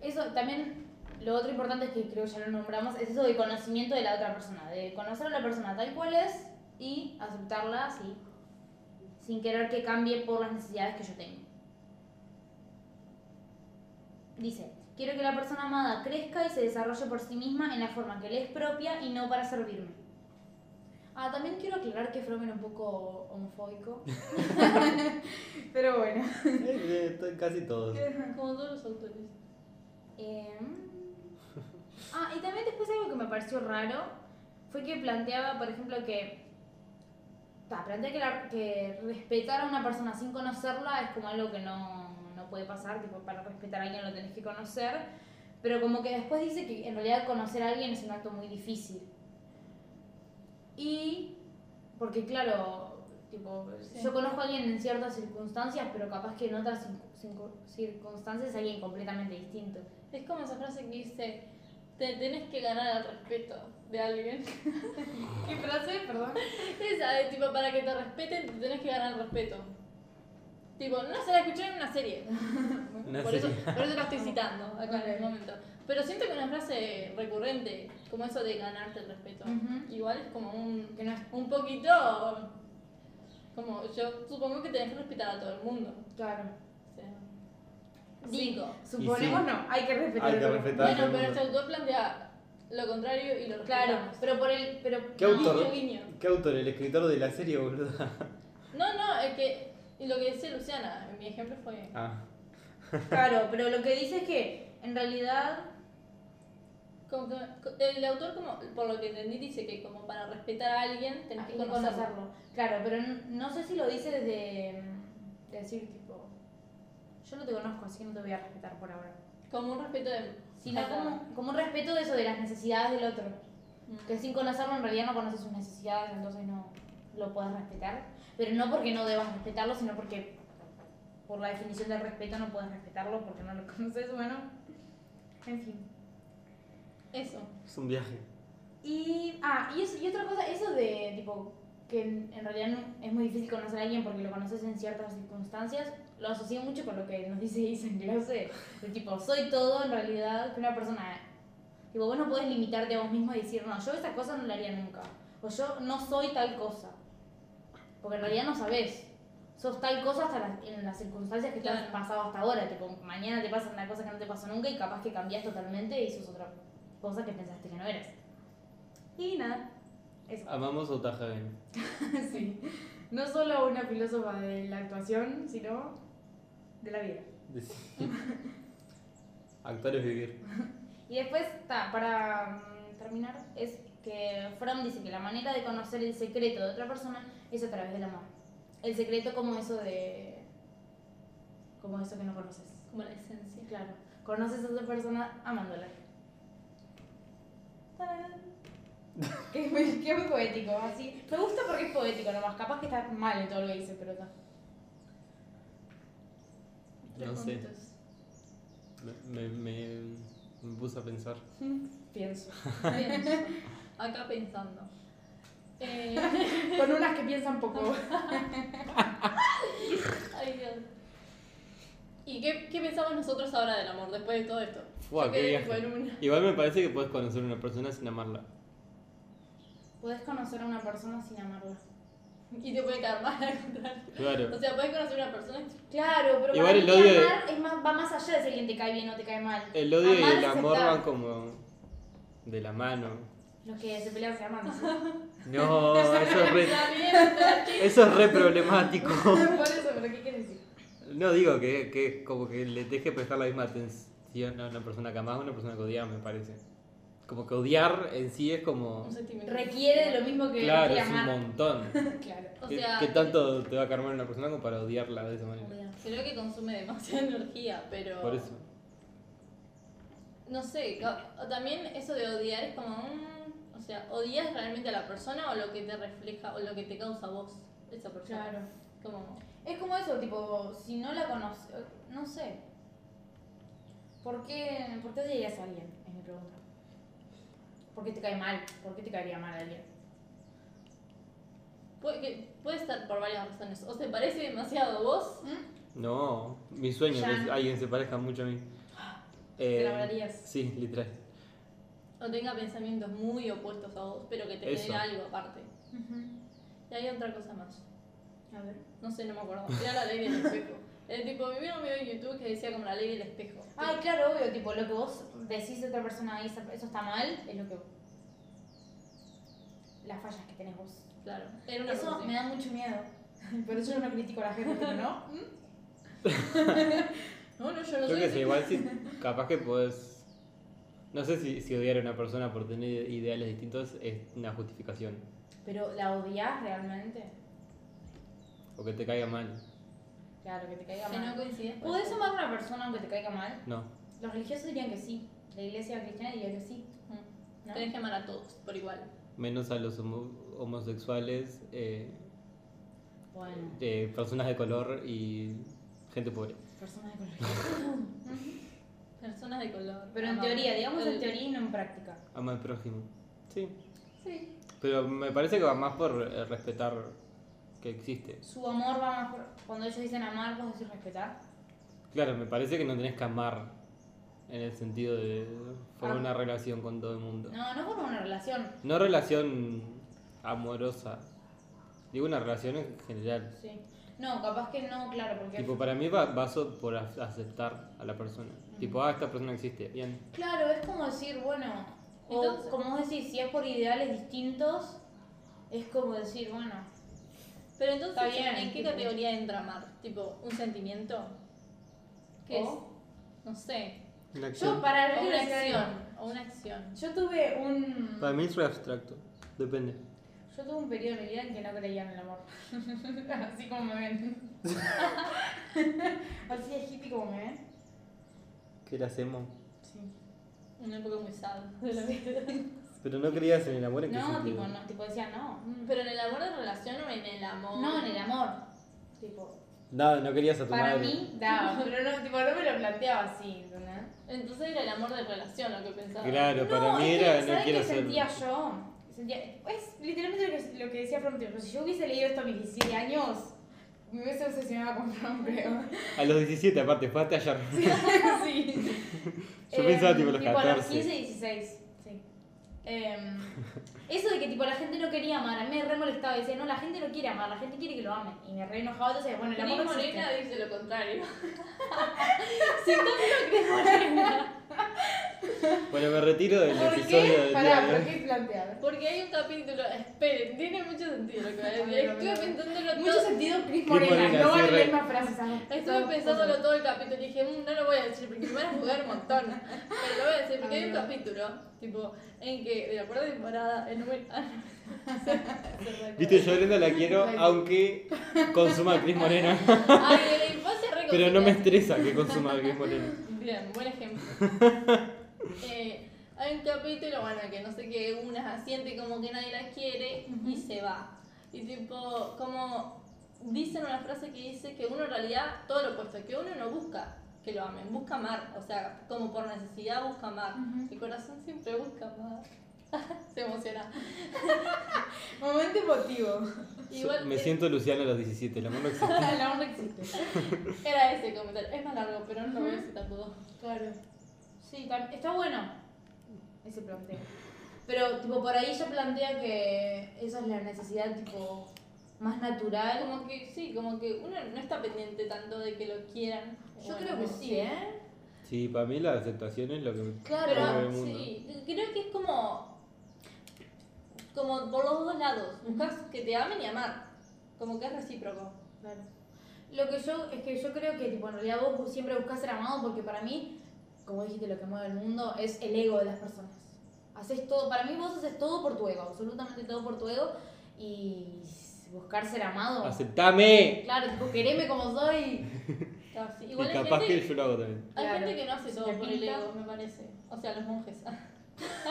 Speaker 1: eso también, lo otro importante es que creo que ya lo nombramos, es eso de conocimiento de la otra persona, de conocer a la persona tal cual es y aceptarla así, sin querer que cambie por las necesidades que yo tengo. Dice, quiero que la persona amada crezca y se desarrolle por sí misma en la forma que le es propia y no para servirme. Ah, también quiero aclarar que Fromen es un poco homofóbico. Pero bueno.
Speaker 2: Eh, eh, to- Casi todos.
Speaker 3: Como todos los autores.
Speaker 1: Em, Ah, y también después algo que me pareció raro fue que planteaba, por ejemplo, que. Ta, plantea que, la- que respetar a una persona sin conocerla es como algo que no, no puede pasar, tipo, para respetar a alguien lo tenés que conocer, pero como que después dice que en realidad conocer a alguien es un acto muy difícil. Y. Porque, claro, tipo,
Speaker 3: Sí.
Speaker 1: yo conozco a alguien en ciertas circunstancias, pero capaz que en otras circun- circun- circunstancias es alguien completamente distinto.
Speaker 3: Es como esa frase que dice, te tenés que ganar el respeto de alguien.
Speaker 1: ¿Qué frase? Perdón.
Speaker 3: Esa de tipo, para que te respeten, te tenés que ganar el respeto. Tipo, no se la escuché en una serie.
Speaker 2: Una
Speaker 3: Por eso,
Speaker 2: serie.
Speaker 3: por eso la estoy citando acá en
Speaker 1: Ok.
Speaker 3: el momento. Pero siento que es una frase recurrente, como eso de ganarte el respeto.
Speaker 1: Ujú.
Speaker 3: Igual es como un,
Speaker 1: Que no es
Speaker 3: un poquito. Como yo supongo que tenés que respetar a todo el mundo.
Speaker 1: claro.
Speaker 3: O sea,
Speaker 1: Sí.
Speaker 3: digo.
Speaker 1: Suponemos
Speaker 2: Y sí.
Speaker 1: no, hay que respetar.
Speaker 2: Hay
Speaker 1: el
Speaker 2: que
Speaker 1: otro.
Speaker 2: respetar.
Speaker 3: Bueno,
Speaker 2: el
Speaker 3: pero
Speaker 2: mundo.
Speaker 3: este autor plantea lo contrario y lo
Speaker 1: Claro,
Speaker 3: respetamos.
Speaker 1: pero por el. Pero,
Speaker 2: ¿Qué
Speaker 1: no,
Speaker 2: autor?
Speaker 3: Guiño, guiño.
Speaker 2: ¿Qué autor? El escritor de la serie, boluda.
Speaker 3: No, no, es que. Y lo que decía Luciana, mi ejemplo fue.
Speaker 2: Ah.
Speaker 1: Claro, pero lo que dice es que en realidad.
Speaker 3: Como que- co- el autor, como por lo que entendí, dice que como para respetar a alguien tenés que
Speaker 1: hay que
Speaker 3: conocerlo.
Speaker 1: conocerlo. Claro, pero n- no sé si lo dice desde. mm, decir, tipo. Yo no te conozco, así que no te voy a respetar por ahora.
Speaker 3: Como un respeto de.
Speaker 1: Sino
Speaker 3: Ah,
Speaker 1: como, como un respeto de eso, de las necesidades del otro.
Speaker 3: claro.
Speaker 1: Que sin conocerlo en realidad no conoces sus necesidades, entonces no lo puedes respetar. Pero no porque no debas respetarlo, sino porque por la definición del respeto no puedes respetarlo porque no lo conoces. Bueno, en fin.
Speaker 3: Eso.
Speaker 2: Es un viaje.
Speaker 1: Y, ah, y, eso- y otra cosa, eso de tipo que en en realidad no- es muy difícil conocer a alguien porque lo conoces en ciertas circunstancias, lo asocio mucho con lo que nos dice Isa en clase, de tipo, soy todo en realidad que una persona... Tipo, vos no podés limitarte a vos mismo y decir, no, yo esa cosa no la haría nunca, o yo no soy tal cosa, porque en realidad no sabés. Sos tal cosa hasta las- en las circunstancias que te han
Speaker 3: Claro.
Speaker 1: pasado hasta ahora. Tipo, mañana te pasa una cosa que no te pasó nunca y capaz que cambiás totalmente y sos otra cosa que pensaste que no eras. Y nada, eso.
Speaker 2: Amamos eh. Ota Hagen.
Speaker 1: sí. No solo una filósofa de la actuación, sino de la vida.
Speaker 2: Actuar es vivir.
Speaker 1: Y después, ta, para mm, terminar, es que Fromm dice que la manera de conocer el secreto de otra persona es a través del amor. El secreto como eso de... como eso que no conoces.
Speaker 3: Como la esencia.
Speaker 1: Claro, conoces a otra persona amándola. Tarán. que, es muy, que es muy poético, así. Me gusta porque es poético nomás, capaz que está mal en todo lo que dice, pero está.
Speaker 2: No
Speaker 3: Tres
Speaker 2: sé.
Speaker 3: puntos.
Speaker 2: Me, me, me puse a pensar.
Speaker 1: Pienso.
Speaker 3: Pienso. Acá pensando. Eh,
Speaker 1: Son unas que piensan poco.
Speaker 3: Ay, Dios. ¿Y qué, qué pensamos nosotros ahora del amor después de todo esto?
Speaker 2: Fua,
Speaker 3: Yo
Speaker 2: qué
Speaker 3: quedé
Speaker 2: viaje.
Speaker 3: con una-
Speaker 2: Igual me parece que puedes conocer a una persona sin amarla.
Speaker 1: Podés conocer a una persona sin amarla.
Speaker 3: Y te puede caer mal al contrario.
Speaker 2: Claro.
Speaker 3: O sea, puedes conocer a una persona y-
Speaker 1: Claro, pero
Speaker 2: Igual
Speaker 1: para
Speaker 2: el
Speaker 1: mí
Speaker 2: odio de-
Speaker 1: amar es más, va más allá de si alguien te cae bien o te cae mal.
Speaker 2: El odio y
Speaker 1: Amar
Speaker 2: el
Speaker 1: es
Speaker 2: amor
Speaker 1: aceptar.
Speaker 2: van como de la mano.
Speaker 1: Los que se pelean se aman. ¿sí?
Speaker 2: No, eso es re,
Speaker 3: La mierda.
Speaker 2: eso es re problemático.
Speaker 1: Por eso, pero ¿qué quieres decir?
Speaker 2: No digo que, que es como que le deje prestar la misma atención a una persona que amas a una persona que odias, me parece. Como que odiar en sí es como.
Speaker 3: Un sentimiento.
Speaker 1: Requiere de lo mismo que
Speaker 2: Claro,
Speaker 1: que
Speaker 2: es un
Speaker 1: amar.
Speaker 2: montón.
Speaker 1: Claro.
Speaker 3: O
Speaker 2: ¿Qué,
Speaker 3: sea,
Speaker 2: qué tanto te va a cargar una persona como para odiarla de esa manera?
Speaker 1: Obvio.
Speaker 3: Creo que consume demasiada energía, pero.
Speaker 2: Por eso.
Speaker 3: No sé, ca- o también eso de odiar es como. mm, o sea, ¿odias realmente a la persona o lo que te refleja o lo que te causa a vos, esa persona?
Speaker 1: Claro.
Speaker 3: Como.
Speaker 1: Es como eso, tipo, si no la conoces, no sé. ¿Por qué, ¿Por qué odiarías a alguien? Es mi pregunta. ¿Por qué te cae mal? ¿Por qué te caería mal alguien?
Speaker 3: Puede, que- puede estar por varias razones. O se parece demasiado a vos.
Speaker 2: No, mi sueño es
Speaker 1: Ya.
Speaker 2: que alguien se parezca mucho a mí.
Speaker 1: ¿Te
Speaker 2: Eh,
Speaker 1: la hablarías?
Speaker 2: Sí, literal.
Speaker 3: O tenga pensamientos muy opuestos a vos, pero que te
Speaker 2: Eso.
Speaker 3: den algo aparte. Y hay otra cosa más.
Speaker 1: A ver.
Speaker 3: No sé, no me acuerdo. Era la ley del espejo. El tipo, mi amigo mío en YouTube que decía como la ley del espejo.
Speaker 1: Ay, claro, obvio, tipo, lo que vos decís de otra persona ahí, eso está mal, es lo que. Las fallas que tenés vos.
Speaker 3: Claro. Era una cosa
Speaker 1: Eso
Speaker 3: así.
Speaker 1: me da mucho miedo. Por eso yo no critico a la gente, pero no.
Speaker 3: No, no, yo
Speaker 2: Yo
Speaker 3: no soy
Speaker 2: qué
Speaker 3: así.
Speaker 2: sé, igual si capaz que puedes. No sé si, si odiar a una persona por tener ideales distintos es una justificación.
Speaker 1: Pero la odias realmente.
Speaker 2: O que te caiga mal.
Speaker 1: Claro, que pues. te caiga
Speaker 3: Que no
Speaker 1: mal.
Speaker 3: coincides. por
Speaker 1: ¿Podés
Speaker 3: eso.
Speaker 1: amar a una persona aunque te caiga mal?
Speaker 2: No.
Speaker 1: Los religiosos dirían que sí. La iglesia cristiana diría que sí.
Speaker 3: Mm.
Speaker 1: ¿no?
Speaker 3: Tenés que amar a todos por igual.
Speaker 2: Menos a los homo- homosexuales, eh,
Speaker 1: Bueno,
Speaker 2: eh, personas de color y gente pobre.
Speaker 1: personas de color.
Speaker 3: Personas de color.
Speaker 1: Pero en
Speaker 3: amamos.
Speaker 1: teoría, digamos en
Speaker 3: El-
Speaker 1: teoría y no en práctica.
Speaker 2: Ama al prójimo. Sí.
Speaker 1: Sí.
Speaker 2: Pero me parece que va más por eh, respetar que existe.
Speaker 1: Su amor va más por... Cuando ellos dicen amar, vos decís respetar.
Speaker 2: Claro, me parece que no tenés que amar en el sentido de formar
Speaker 1: Ah.
Speaker 2: una relación con todo el mundo.
Speaker 1: No, no forma una relación.
Speaker 2: No relación amorosa. Digo una relación en general.
Speaker 1: Sí. No, capaz que no, claro, porque...
Speaker 2: Tipo, para mí va, va so- por a- aceptar a la persona. Tipo, ah, esta persona existe. Bien.
Speaker 1: Claro, es como decir, bueno... o
Speaker 3: Entonces-
Speaker 1: como vos decís, si es por ideales distintos, es como decir, bueno...
Speaker 3: Pero entonces,
Speaker 1: Está bien,
Speaker 3: ¿en qué
Speaker 1: tipo-
Speaker 3: categoría entra amar? Tipo, un sentimiento.
Speaker 1: O-
Speaker 3: ¿Qué es? No sé.
Speaker 1: Yo, para
Speaker 3: O
Speaker 1: yo
Speaker 3: una
Speaker 1: les decía algo.
Speaker 3: acción. O una acción.
Speaker 1: Yo tuve un...
Speaker 2: Para mí es re abstracto. Depende.
Speaker 1: Yo tuve un periodo de mi vida en que no creía en el amor. Así como me ven. Así de hippie como me ven.
Speaker 2: ¿Qué le hacemos?
Speaker 1: Sí.
Speaker 3: Una época muy sad de la vida.
Speaker 2: Pero no creías en el amor en qué
Speaker 1: No,
Speaker 2: sentido?
Speaker 1: tipo, no, tipo decía no.
Speaker 3: Pero en el amor de relación o en el amor.
Speaker 1: No, en el amor. Tipo,
Speaker 2: No, no querías a tu
Speaker 1: para
Speaker 2: madre.
Speaker 1: mí daba, pero no, tipo, no me lo planteaba así, ¿entendés?
Speaker 3: Entonces era el amor de relación lo que pensaba.
Speaker 2: Claro, para
Speaker 1: no,
Speaker 2: mí
Speaker 1: es
Speaker 2: era
Speaker 1: que,
Speaker 2: no
Speaker 1: ¿sabes
Speaker 2: quiero
Speaker 1: qué
Speaker 2: ser.
Speaker 1: sentía yo? Sentía- es literalmente lo que, lo que decía Frontier. Si yo hubiese leído esto a mis 17 años, me hubiese obsesionado con Fran, creo.
Speaker 2: A los 17 aparte, fue hasta ayer.
Speaker 1: sí. Em,
Speaker 2: Yo pensaba, tipo, a los
Speaker 1: a los
Speaker 2: 14.
Speaker 1: 15 y 16, sí. Em, eso de que tipo la gente no quería amar, a mí me re molestaba. Decía, no, la gente no quiere amar, la gente quiere que lo amen. Y me re enojaba. Entonces, bueno, el
Speaker 3: La
Speaker 1: amor no existe.
Speaker 3: Morena dice lo contrario.
Speaker 2: Bueno, me retiro del
Speaker 1: ¿Por
Speaker 2: episodio
Speaker 1: qué?
Speaker 2: del
Speaker 1: Pará,
Speaker 2: día ¿eh? de
Speaker 1: ¿por
Speaker 2: hoy.
Speaker 1: qué plantear?
Speaker 3: Porque hay un capítulo. Esperen, tiene mucho sentido lo que voy a
Speaker 1: A ver, a
Speaker 3: decir.
Speaker 1: ver, a
Speaker 3: Estuve
Speaker 1: ver.
Speaker 3: pensándolo
Speaker 1: Mucho
Speaker 3: todo.
Speaker 1: sentido, Cris
Speaker 2: Cris
Speaker 1: Morena.
Speaker 2: Morena,
Speaker 1: no van a
Speaker 2: sí,
Speaker 1: leer
Speaker 2: re-
Speaker 1: más frases. ¿sabes?
Speaker 3: Estuve
Speaker 1: Todo-
Speaker 3: pensándolo todo el capítulo y dije, "Mm, no lo voy a decir porque me van a jugar un montón. Pero lo voy a decir porque hay un
Speaker 1: Ah.
Speaker 3: capítulo, tipo, en que de la cuarta temporada, el número. Ah, no. Se- se recuerda.
Speaker 2: Viste, yo a Brenda la quiero,
Speaker 1: Ay.
Speaker 2: aunque consuma a Cris Morena.
Speaker 3: Ay, de la infancia re
Speaker 2: Pero no me
Speaker 3: cosita.
Speaker 2: estresa que consuma a Cris Morena.
Speaker 3: Bien, buen ejemplo. Eh, hay un capítulo, bueno, que no sé qué, una siente como que nadie la quiere y se va. Y tipo, como dicen una frase que dice que uno en realidad, todo lo opuesto, que uno no busca que lo amen, busca amar, o sea, como por necesidad busca amar.
Speaker 1: Ujú.
Speaker 3: El corazón siempre busca amar. se emociona.
Speaker 1: Momento emotivo.
Speaker 3: Igual eh,
Speaker 2: me
Speaker 3: que-
Speaker 2: siento Luciano a los 17, el amor no existe.
Speaker 1: El amor no existe.
Speaker 3: Era ese el comentario. Es más largo, pero no lo voy a citar todo.
Speaker 1: Claro. Sí, tam- está bueno ese planteo. Pero tipo por ahí ella plantea que esa es la necesidad tipo más natural.
Speaker 3: Ah, Como que sí, como que uno no está pendiente tanto de que lo quieran.
Speaker 1: Yo
Speaker 3: Bueno,
Speaker 1: creo que sí, ¿eh?
Speaker 2: Sí, para mí la aceptación es lo que
Speaker 1: Claro,
Speaker 2: mueve
Speaker 3: Pero
Speaker 2: el mundo.
Speaker 3: sí, creo que es como. Como por los dos lados. Buscas que te amen y amar. Como que es recíproco.
Speaker 1: Claro. Lo que yo es que yo creo que tipo en realidad vos bus- siempre buscas ser amado porque para mí, como dijiste, lo que mueve el mundo es el ego de las personas. Haces todo, para mí vos haces todo por tu ego, absolutamente todo por tu ego y s- buscar ser amado.
Speaker 2: ¡Aceptame!
Speaker 1: Claro, tipo quereme como soy.
Speaker 3: Claro, sí.
Speaker 2: y
Speaker 3: Igual hay,
Speaker 2: capaz
Speaker 3: gente,
Speaker 2: que yo lo hago también.
Speaker 3: hay
Speaker 1: Claro.
Speaker 3: gente que no hace
Speaker 1: Si
Speaker 3: todo
Speaker 1: te
Speaker 3: por el
Speaker 1: pinta.
Speaker 3: ego, me parece. O sea, los monjes.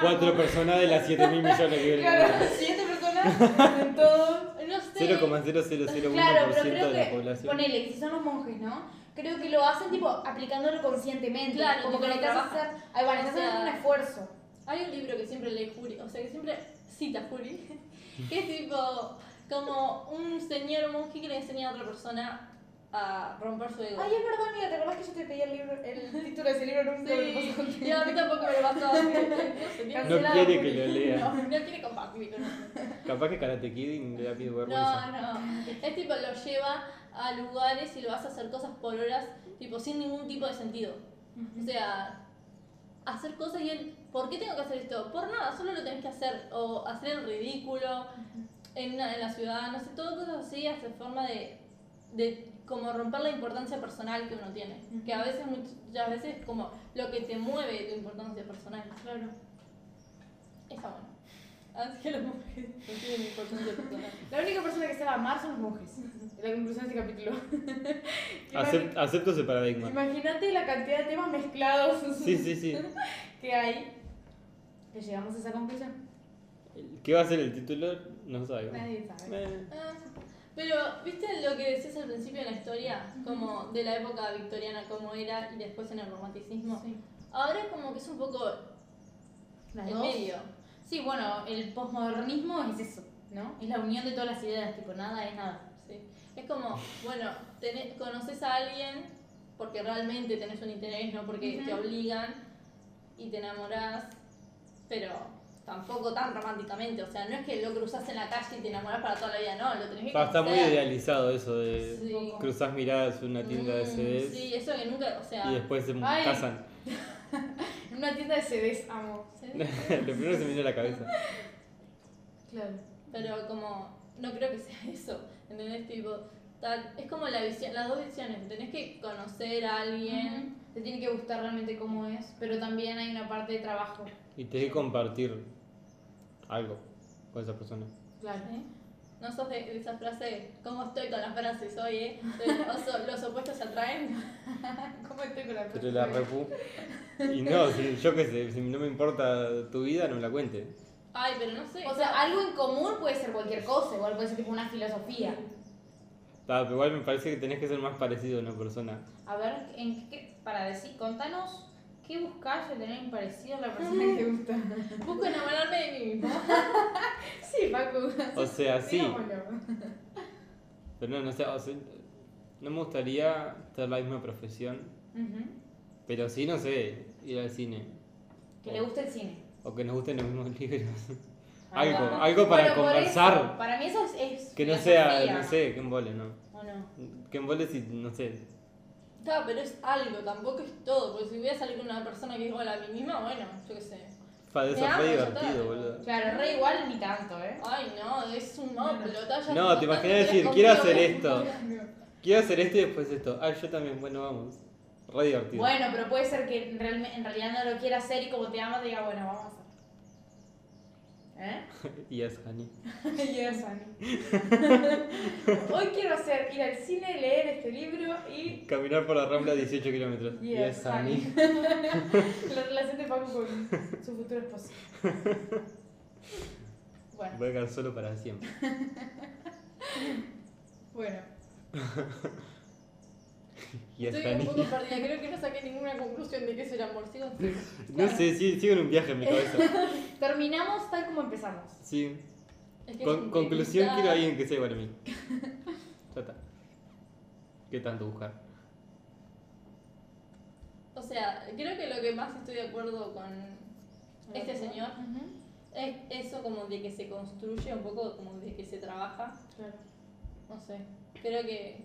Speaker 2: Cuatro personas de las 7 mil millones que viven en el mundo.
Speaker 1: siguiente persona en todo.
Speaker 3: No sé.
Speaker 2: 0,0001%
Speaker 1: Claro, pero creo
Speaker 2: de la
Speaker 1: que,
Speaker 2: población.
Speaker 1: ponele, que si son los monjes, ¿no? Creo que lo hacen tipo aplicándolo conscientemente.
Speaker 3: Claro,
Speaker 1: como que
Speaker 3: tipo,
Speaker 1: le estás
Speaker 3: trabajan.
Speaker 1: haciendo ahí va, le estás
Speaker 3: O sea,
Speaker 1: haciendo un esfuerzo.
Speaker 3: Hay un libro que siempre lee Juli, o sea, que siempre cita Juli, que es tipo como un señor monje que le enseña a otra persona a romper su ego.
Speaker 1: Ay, es verdad, amiga, ¿te acordás que yo te pedí el, libro, el título de ese libro? Nunca me lo pasó
Speaker 3: Sí, y a mí tampoco me lo pasó. No,
Speaker 2: No
Speaker 1: cancelado,
Speaker 2: quiere que
Speaker 1: Juli.
Speaker 2: lo
Speaker 3: no,
Speaker 2: lea.
Speaker 3: no quiere compartir con nosotros.
Speaker 2: Capaz que Karate Kid y le da pido vergüenza.
Speaker 3: No, no. Es tipo, lo lleva a lugares y lo hace hacer cosas por horas, tipo, sin ningún tipo de sentido. O sea, hacer cosas y él, ¿por qué tengo que hacer esto? Por nada, solo lo tenés que hacer. O hacer el ridículo en, una- en la ciudad, no sé, todo cosas así, hace forma de, de como romper la importancia personal que uno tiene. Que a veces, much- muchas veces, es como lo que te mueve tu importancia personal. Claro. Está bueno. Así que las mujeres no tienen importancia personal.
Speaker 1: La única persona que se va a amar son los monjes. Es la conclusión de este capítulo.
Speaker 2: Acep- acepto ese paradigma.
Speaker 1: Imagínate la cantidad de temas mezclados
Speaker 2: Sí, sí, sí.
Speaker 1: que hay. Que llegamos a esa conclusión.
Speaker 2: ¿Qué va a ser el título? No sabemos.
Speaker 1: Nadie sabe.
Speaker 2: Eh,
Speaker 3: Ah, Pero, ¿viste lo que decías al principio de la historia? Como de la época victoriana, cómo era, y después en el romanticismo.
Speaker 1: Sí.
Speaker 3: Ahora como que es un poco
Speaker 1: Las
Speaker 3: en
Speaker 1: dos.
Speaker 3: medio.
Speaker 1: Sí, bueno, el posmodernismo es eso, ¿no? Es la unión de todas las ideas, tipo, nada es nada.
Speaker 3: Sí. Es como, bueno, tenés- conoces a alguien porque realmente tenés un interés, no porque
Speaker 1: Ujú.
Speaker 3: te obligan y te enamorás, pero tampoco tan románticamente. O sea, no es que lo cruzás en la calle y te enamorás para toda la vida, no, lo tenés que
Speaker 2: Ah, Está muy
Speaker 3: conocer.
Speaker 2: idealizado eso de
Speaker 3: Sí.
Speaker 2: cruzás miradas en una tienda de
Speaker 3: Mm,
Speaker 2: CDs
Speaker 3: Sí, eso que nunca, o sea...
Speaker 2: y después se
Speaker 1: Ay.
Speaker 2: casan.
Speaker 1: En una tienda de CDs, amo.
Speaker 3: ¿sí?
Speaker 2: Lo primero se me vino a la cabeza.
Speaker 1: Claro.
Speaker 3: Pero como, no creo que sea eso, ¿entendés? Tipo, tal- es como la visión, las dos visiones, tenés que conocer a alguien.
Speaker 1: Te tiene que gustar realmente cómo es, pero también hay una parte de trabajo.
Speaker 2: Y te que compartir algo con esa persona.
Speaker 1: Claro.
Speaker 3: ¿eh? No sos de, de esa frase, ¿cómo estoy con las frases hoy, eh? De- o so- los opuestos se atraen.
Speaker 1: ¿Cómo estoy con la
Speaker 2: Pero la repu. Y no, si- yo qué sé, si no me importa tu vida, no me la cuente.
Speaker 3: Ay, pero no sé.
Speaker 1: O sea, algo en común puede ser cualquier cosa, igual puede ser tipo una filosofía.
Speaker 2: Ah, pero igual me parece que tenés que ser más parecido a una persona.
Speaker 1: A ver, en qué, para decir, contanos, ¿qué buscas de tener parecido a la persona que te gusta?
Speaker 3: busco enamorarme de mí mismo.
Speaker 1: sí, Paco.
Speaker 2: O sea, sí.
Speaker 1: Digámoslo.
Speaker 2: Pero no, no sé, o sea, no me gustaría tener la misma profesión.
Speaker 1: Ujú.
Speaker 2: Pero sí, no sé, ir al cine.
Speaker 1: Que
Speaker 2: Oh.
Speaker 1: le guste el cine.
Speaker 2: O que nos gusten los mismos libros.
Speaker 1: Ah,
Speaker 2: algo,
Speaker 1: bueno.
Speaker 2: algo para
Speaker 1: Bueno, por
Speaker 2: conversar.
Speaker 1: eso, para mí eso es. es
Speaker 2: Que no
Speaker 1: filosofía.
Speaker 2: sea, no sé, que embole, ¿no?
Speaker 1: ¿O no?
Speaker 2: Que embole si, no sé.
Speaker 3: Está, pero es algo, tampoco es todo, porque si voy a salir con una persona que es igual a mí misma, bueno, yo qué sé.
Speaker 2: Para
Speaker 3: Me
Speaker 2: eso
Speaker 3: amo,
Speaker 2: fue
Speaker 3: yo
Speaker 2: divertido,
Speaker 3: también.
Speaker 2: boludo.
Speaker 1: Claro, re igual ni tanto, ¿eh?
Speaker 3: Ay, no, es un no, pelota.
Speaker 2: No,
Speaker 3: ya no
Speaker 2: te
Speaker 3: tanto
Speaker 2: imaginas decir,
Speaker 3: querés
Speaker 2: quiero
Speaker 3: conmigo,
Speaker 2: hacer
Speaker 3: pero-
Speaker 2: esto. Quiero hacer esto y después esto. Ah, yo también, bueno, vamos. Re divertido.
Speaker 1: Bueno, pero puede ser que en, realme- en realidad no lo quiera hacer y como te ama te diga, bueno, vamos a hacer. ¿Eh?
Speaker 2: Y es honey.
Speaker 1: Yes, Ani. Hoy quiero hacer ir al cine, leer este libro y.
Speaker 2: Caminar por la rambla 18 kilómetros. Y
Speaker 1: Yes,
Speaker 2: es honey.
Speaker 1: La relación de Paco con su futuro esposo. Bueno,
Speaker 2: Voy a quedar solo para siempre.
Speaker 1: bueno.
Speaker 2: Y es
Speaker 3: Estoy un
Speaker 2: honey.
Speaker 3: poco perdida, creo que no saqué ninguna conclusión de qué es el amor. Sigo así.
Speaker 2: No sé, sí, sigo en un viaje en mi cabeza.
Speaker 1: Terminamos tal como empezamos.
Speaker 2: Sí.
Speaker 3: Es que es
Speaker 2: Con-
Speaker 3: un
Speaker 2: conclusión,
Speaker 3: pequeñita-
Speaker 2: quiero a alguien que sea igual a mí. ya está. ¿Qué tanto buscar?
Speaker 3: O sea, creo que lo que más estoy de acuerdo con este señor
Speaker 1: Ujú,
Speaker 3: es eso como de que se construye un poco, como de que se trabaja.
Speaker 1: claro.
Speaker 3: No sé, creo que...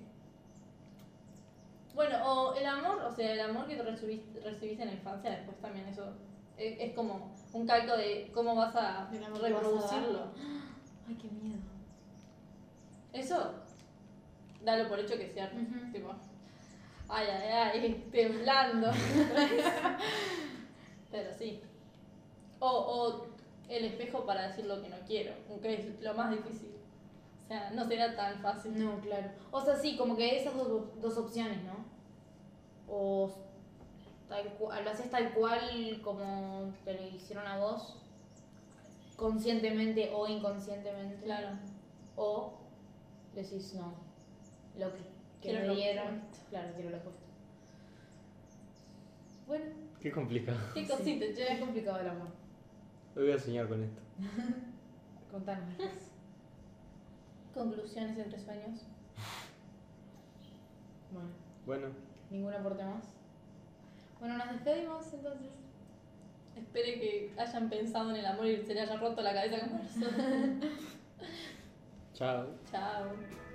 Speaker 3: Bueno, o el amor, o sea, el amor que recibiste, recibiste en la infancia, después también eso e, es, es como un calco de cómo vas a
Speaker 1: Del amor que vas a
Speaker 3: reproducirlo.
Speaker 1: Ay, qué miedo.
Speaker 3: Eso, dalo por hecho que es cierto.
Speaker 1: Ujú.
Speaker 3: Tipo, ay, ay, ay, temblando. Pero sí. O, o el espejo para decir lo que no quiero, aunque es lo más difícil. O sea, no será tan fácil.
Speaker 1: No, claro. O sea, sí, como que esas dos, dos opciones, ¿no? O tal cual, lo haces tal cual como te lo hicieron a vos, conscientemente o inconscientemente.
Speaker 3: Claro.
Speaker 1: O decís, no, lo que, que
Speaker 3: Quiero
Speaker 1: me
Speaker 3: lo
Speaker 1: dieron,
Speaker 3: opuesto.
Speaker 1: claro, quiero lo opuesto. Bueno,
Speaker 2: Qué complicado.
Speaker 3: Qué cosita, che.
Speaker 1: es complicado el amor.
Speaker 2: Hoy voy a soñar con esto.
Speaker 1: Contanos.
Speaker 3: Conclusiones entre sueños.
Speaker 1: bueno,
Speaker 2: Bueno,
Speaker 1: ningún aporte más. Bueno, nos despedimos entonces.
Speaker 3: Espere que hayan pensado en el amor y se le haya roto la cabeza como nosotros.
Speaker 2: chao.
Speaker 3: Chao.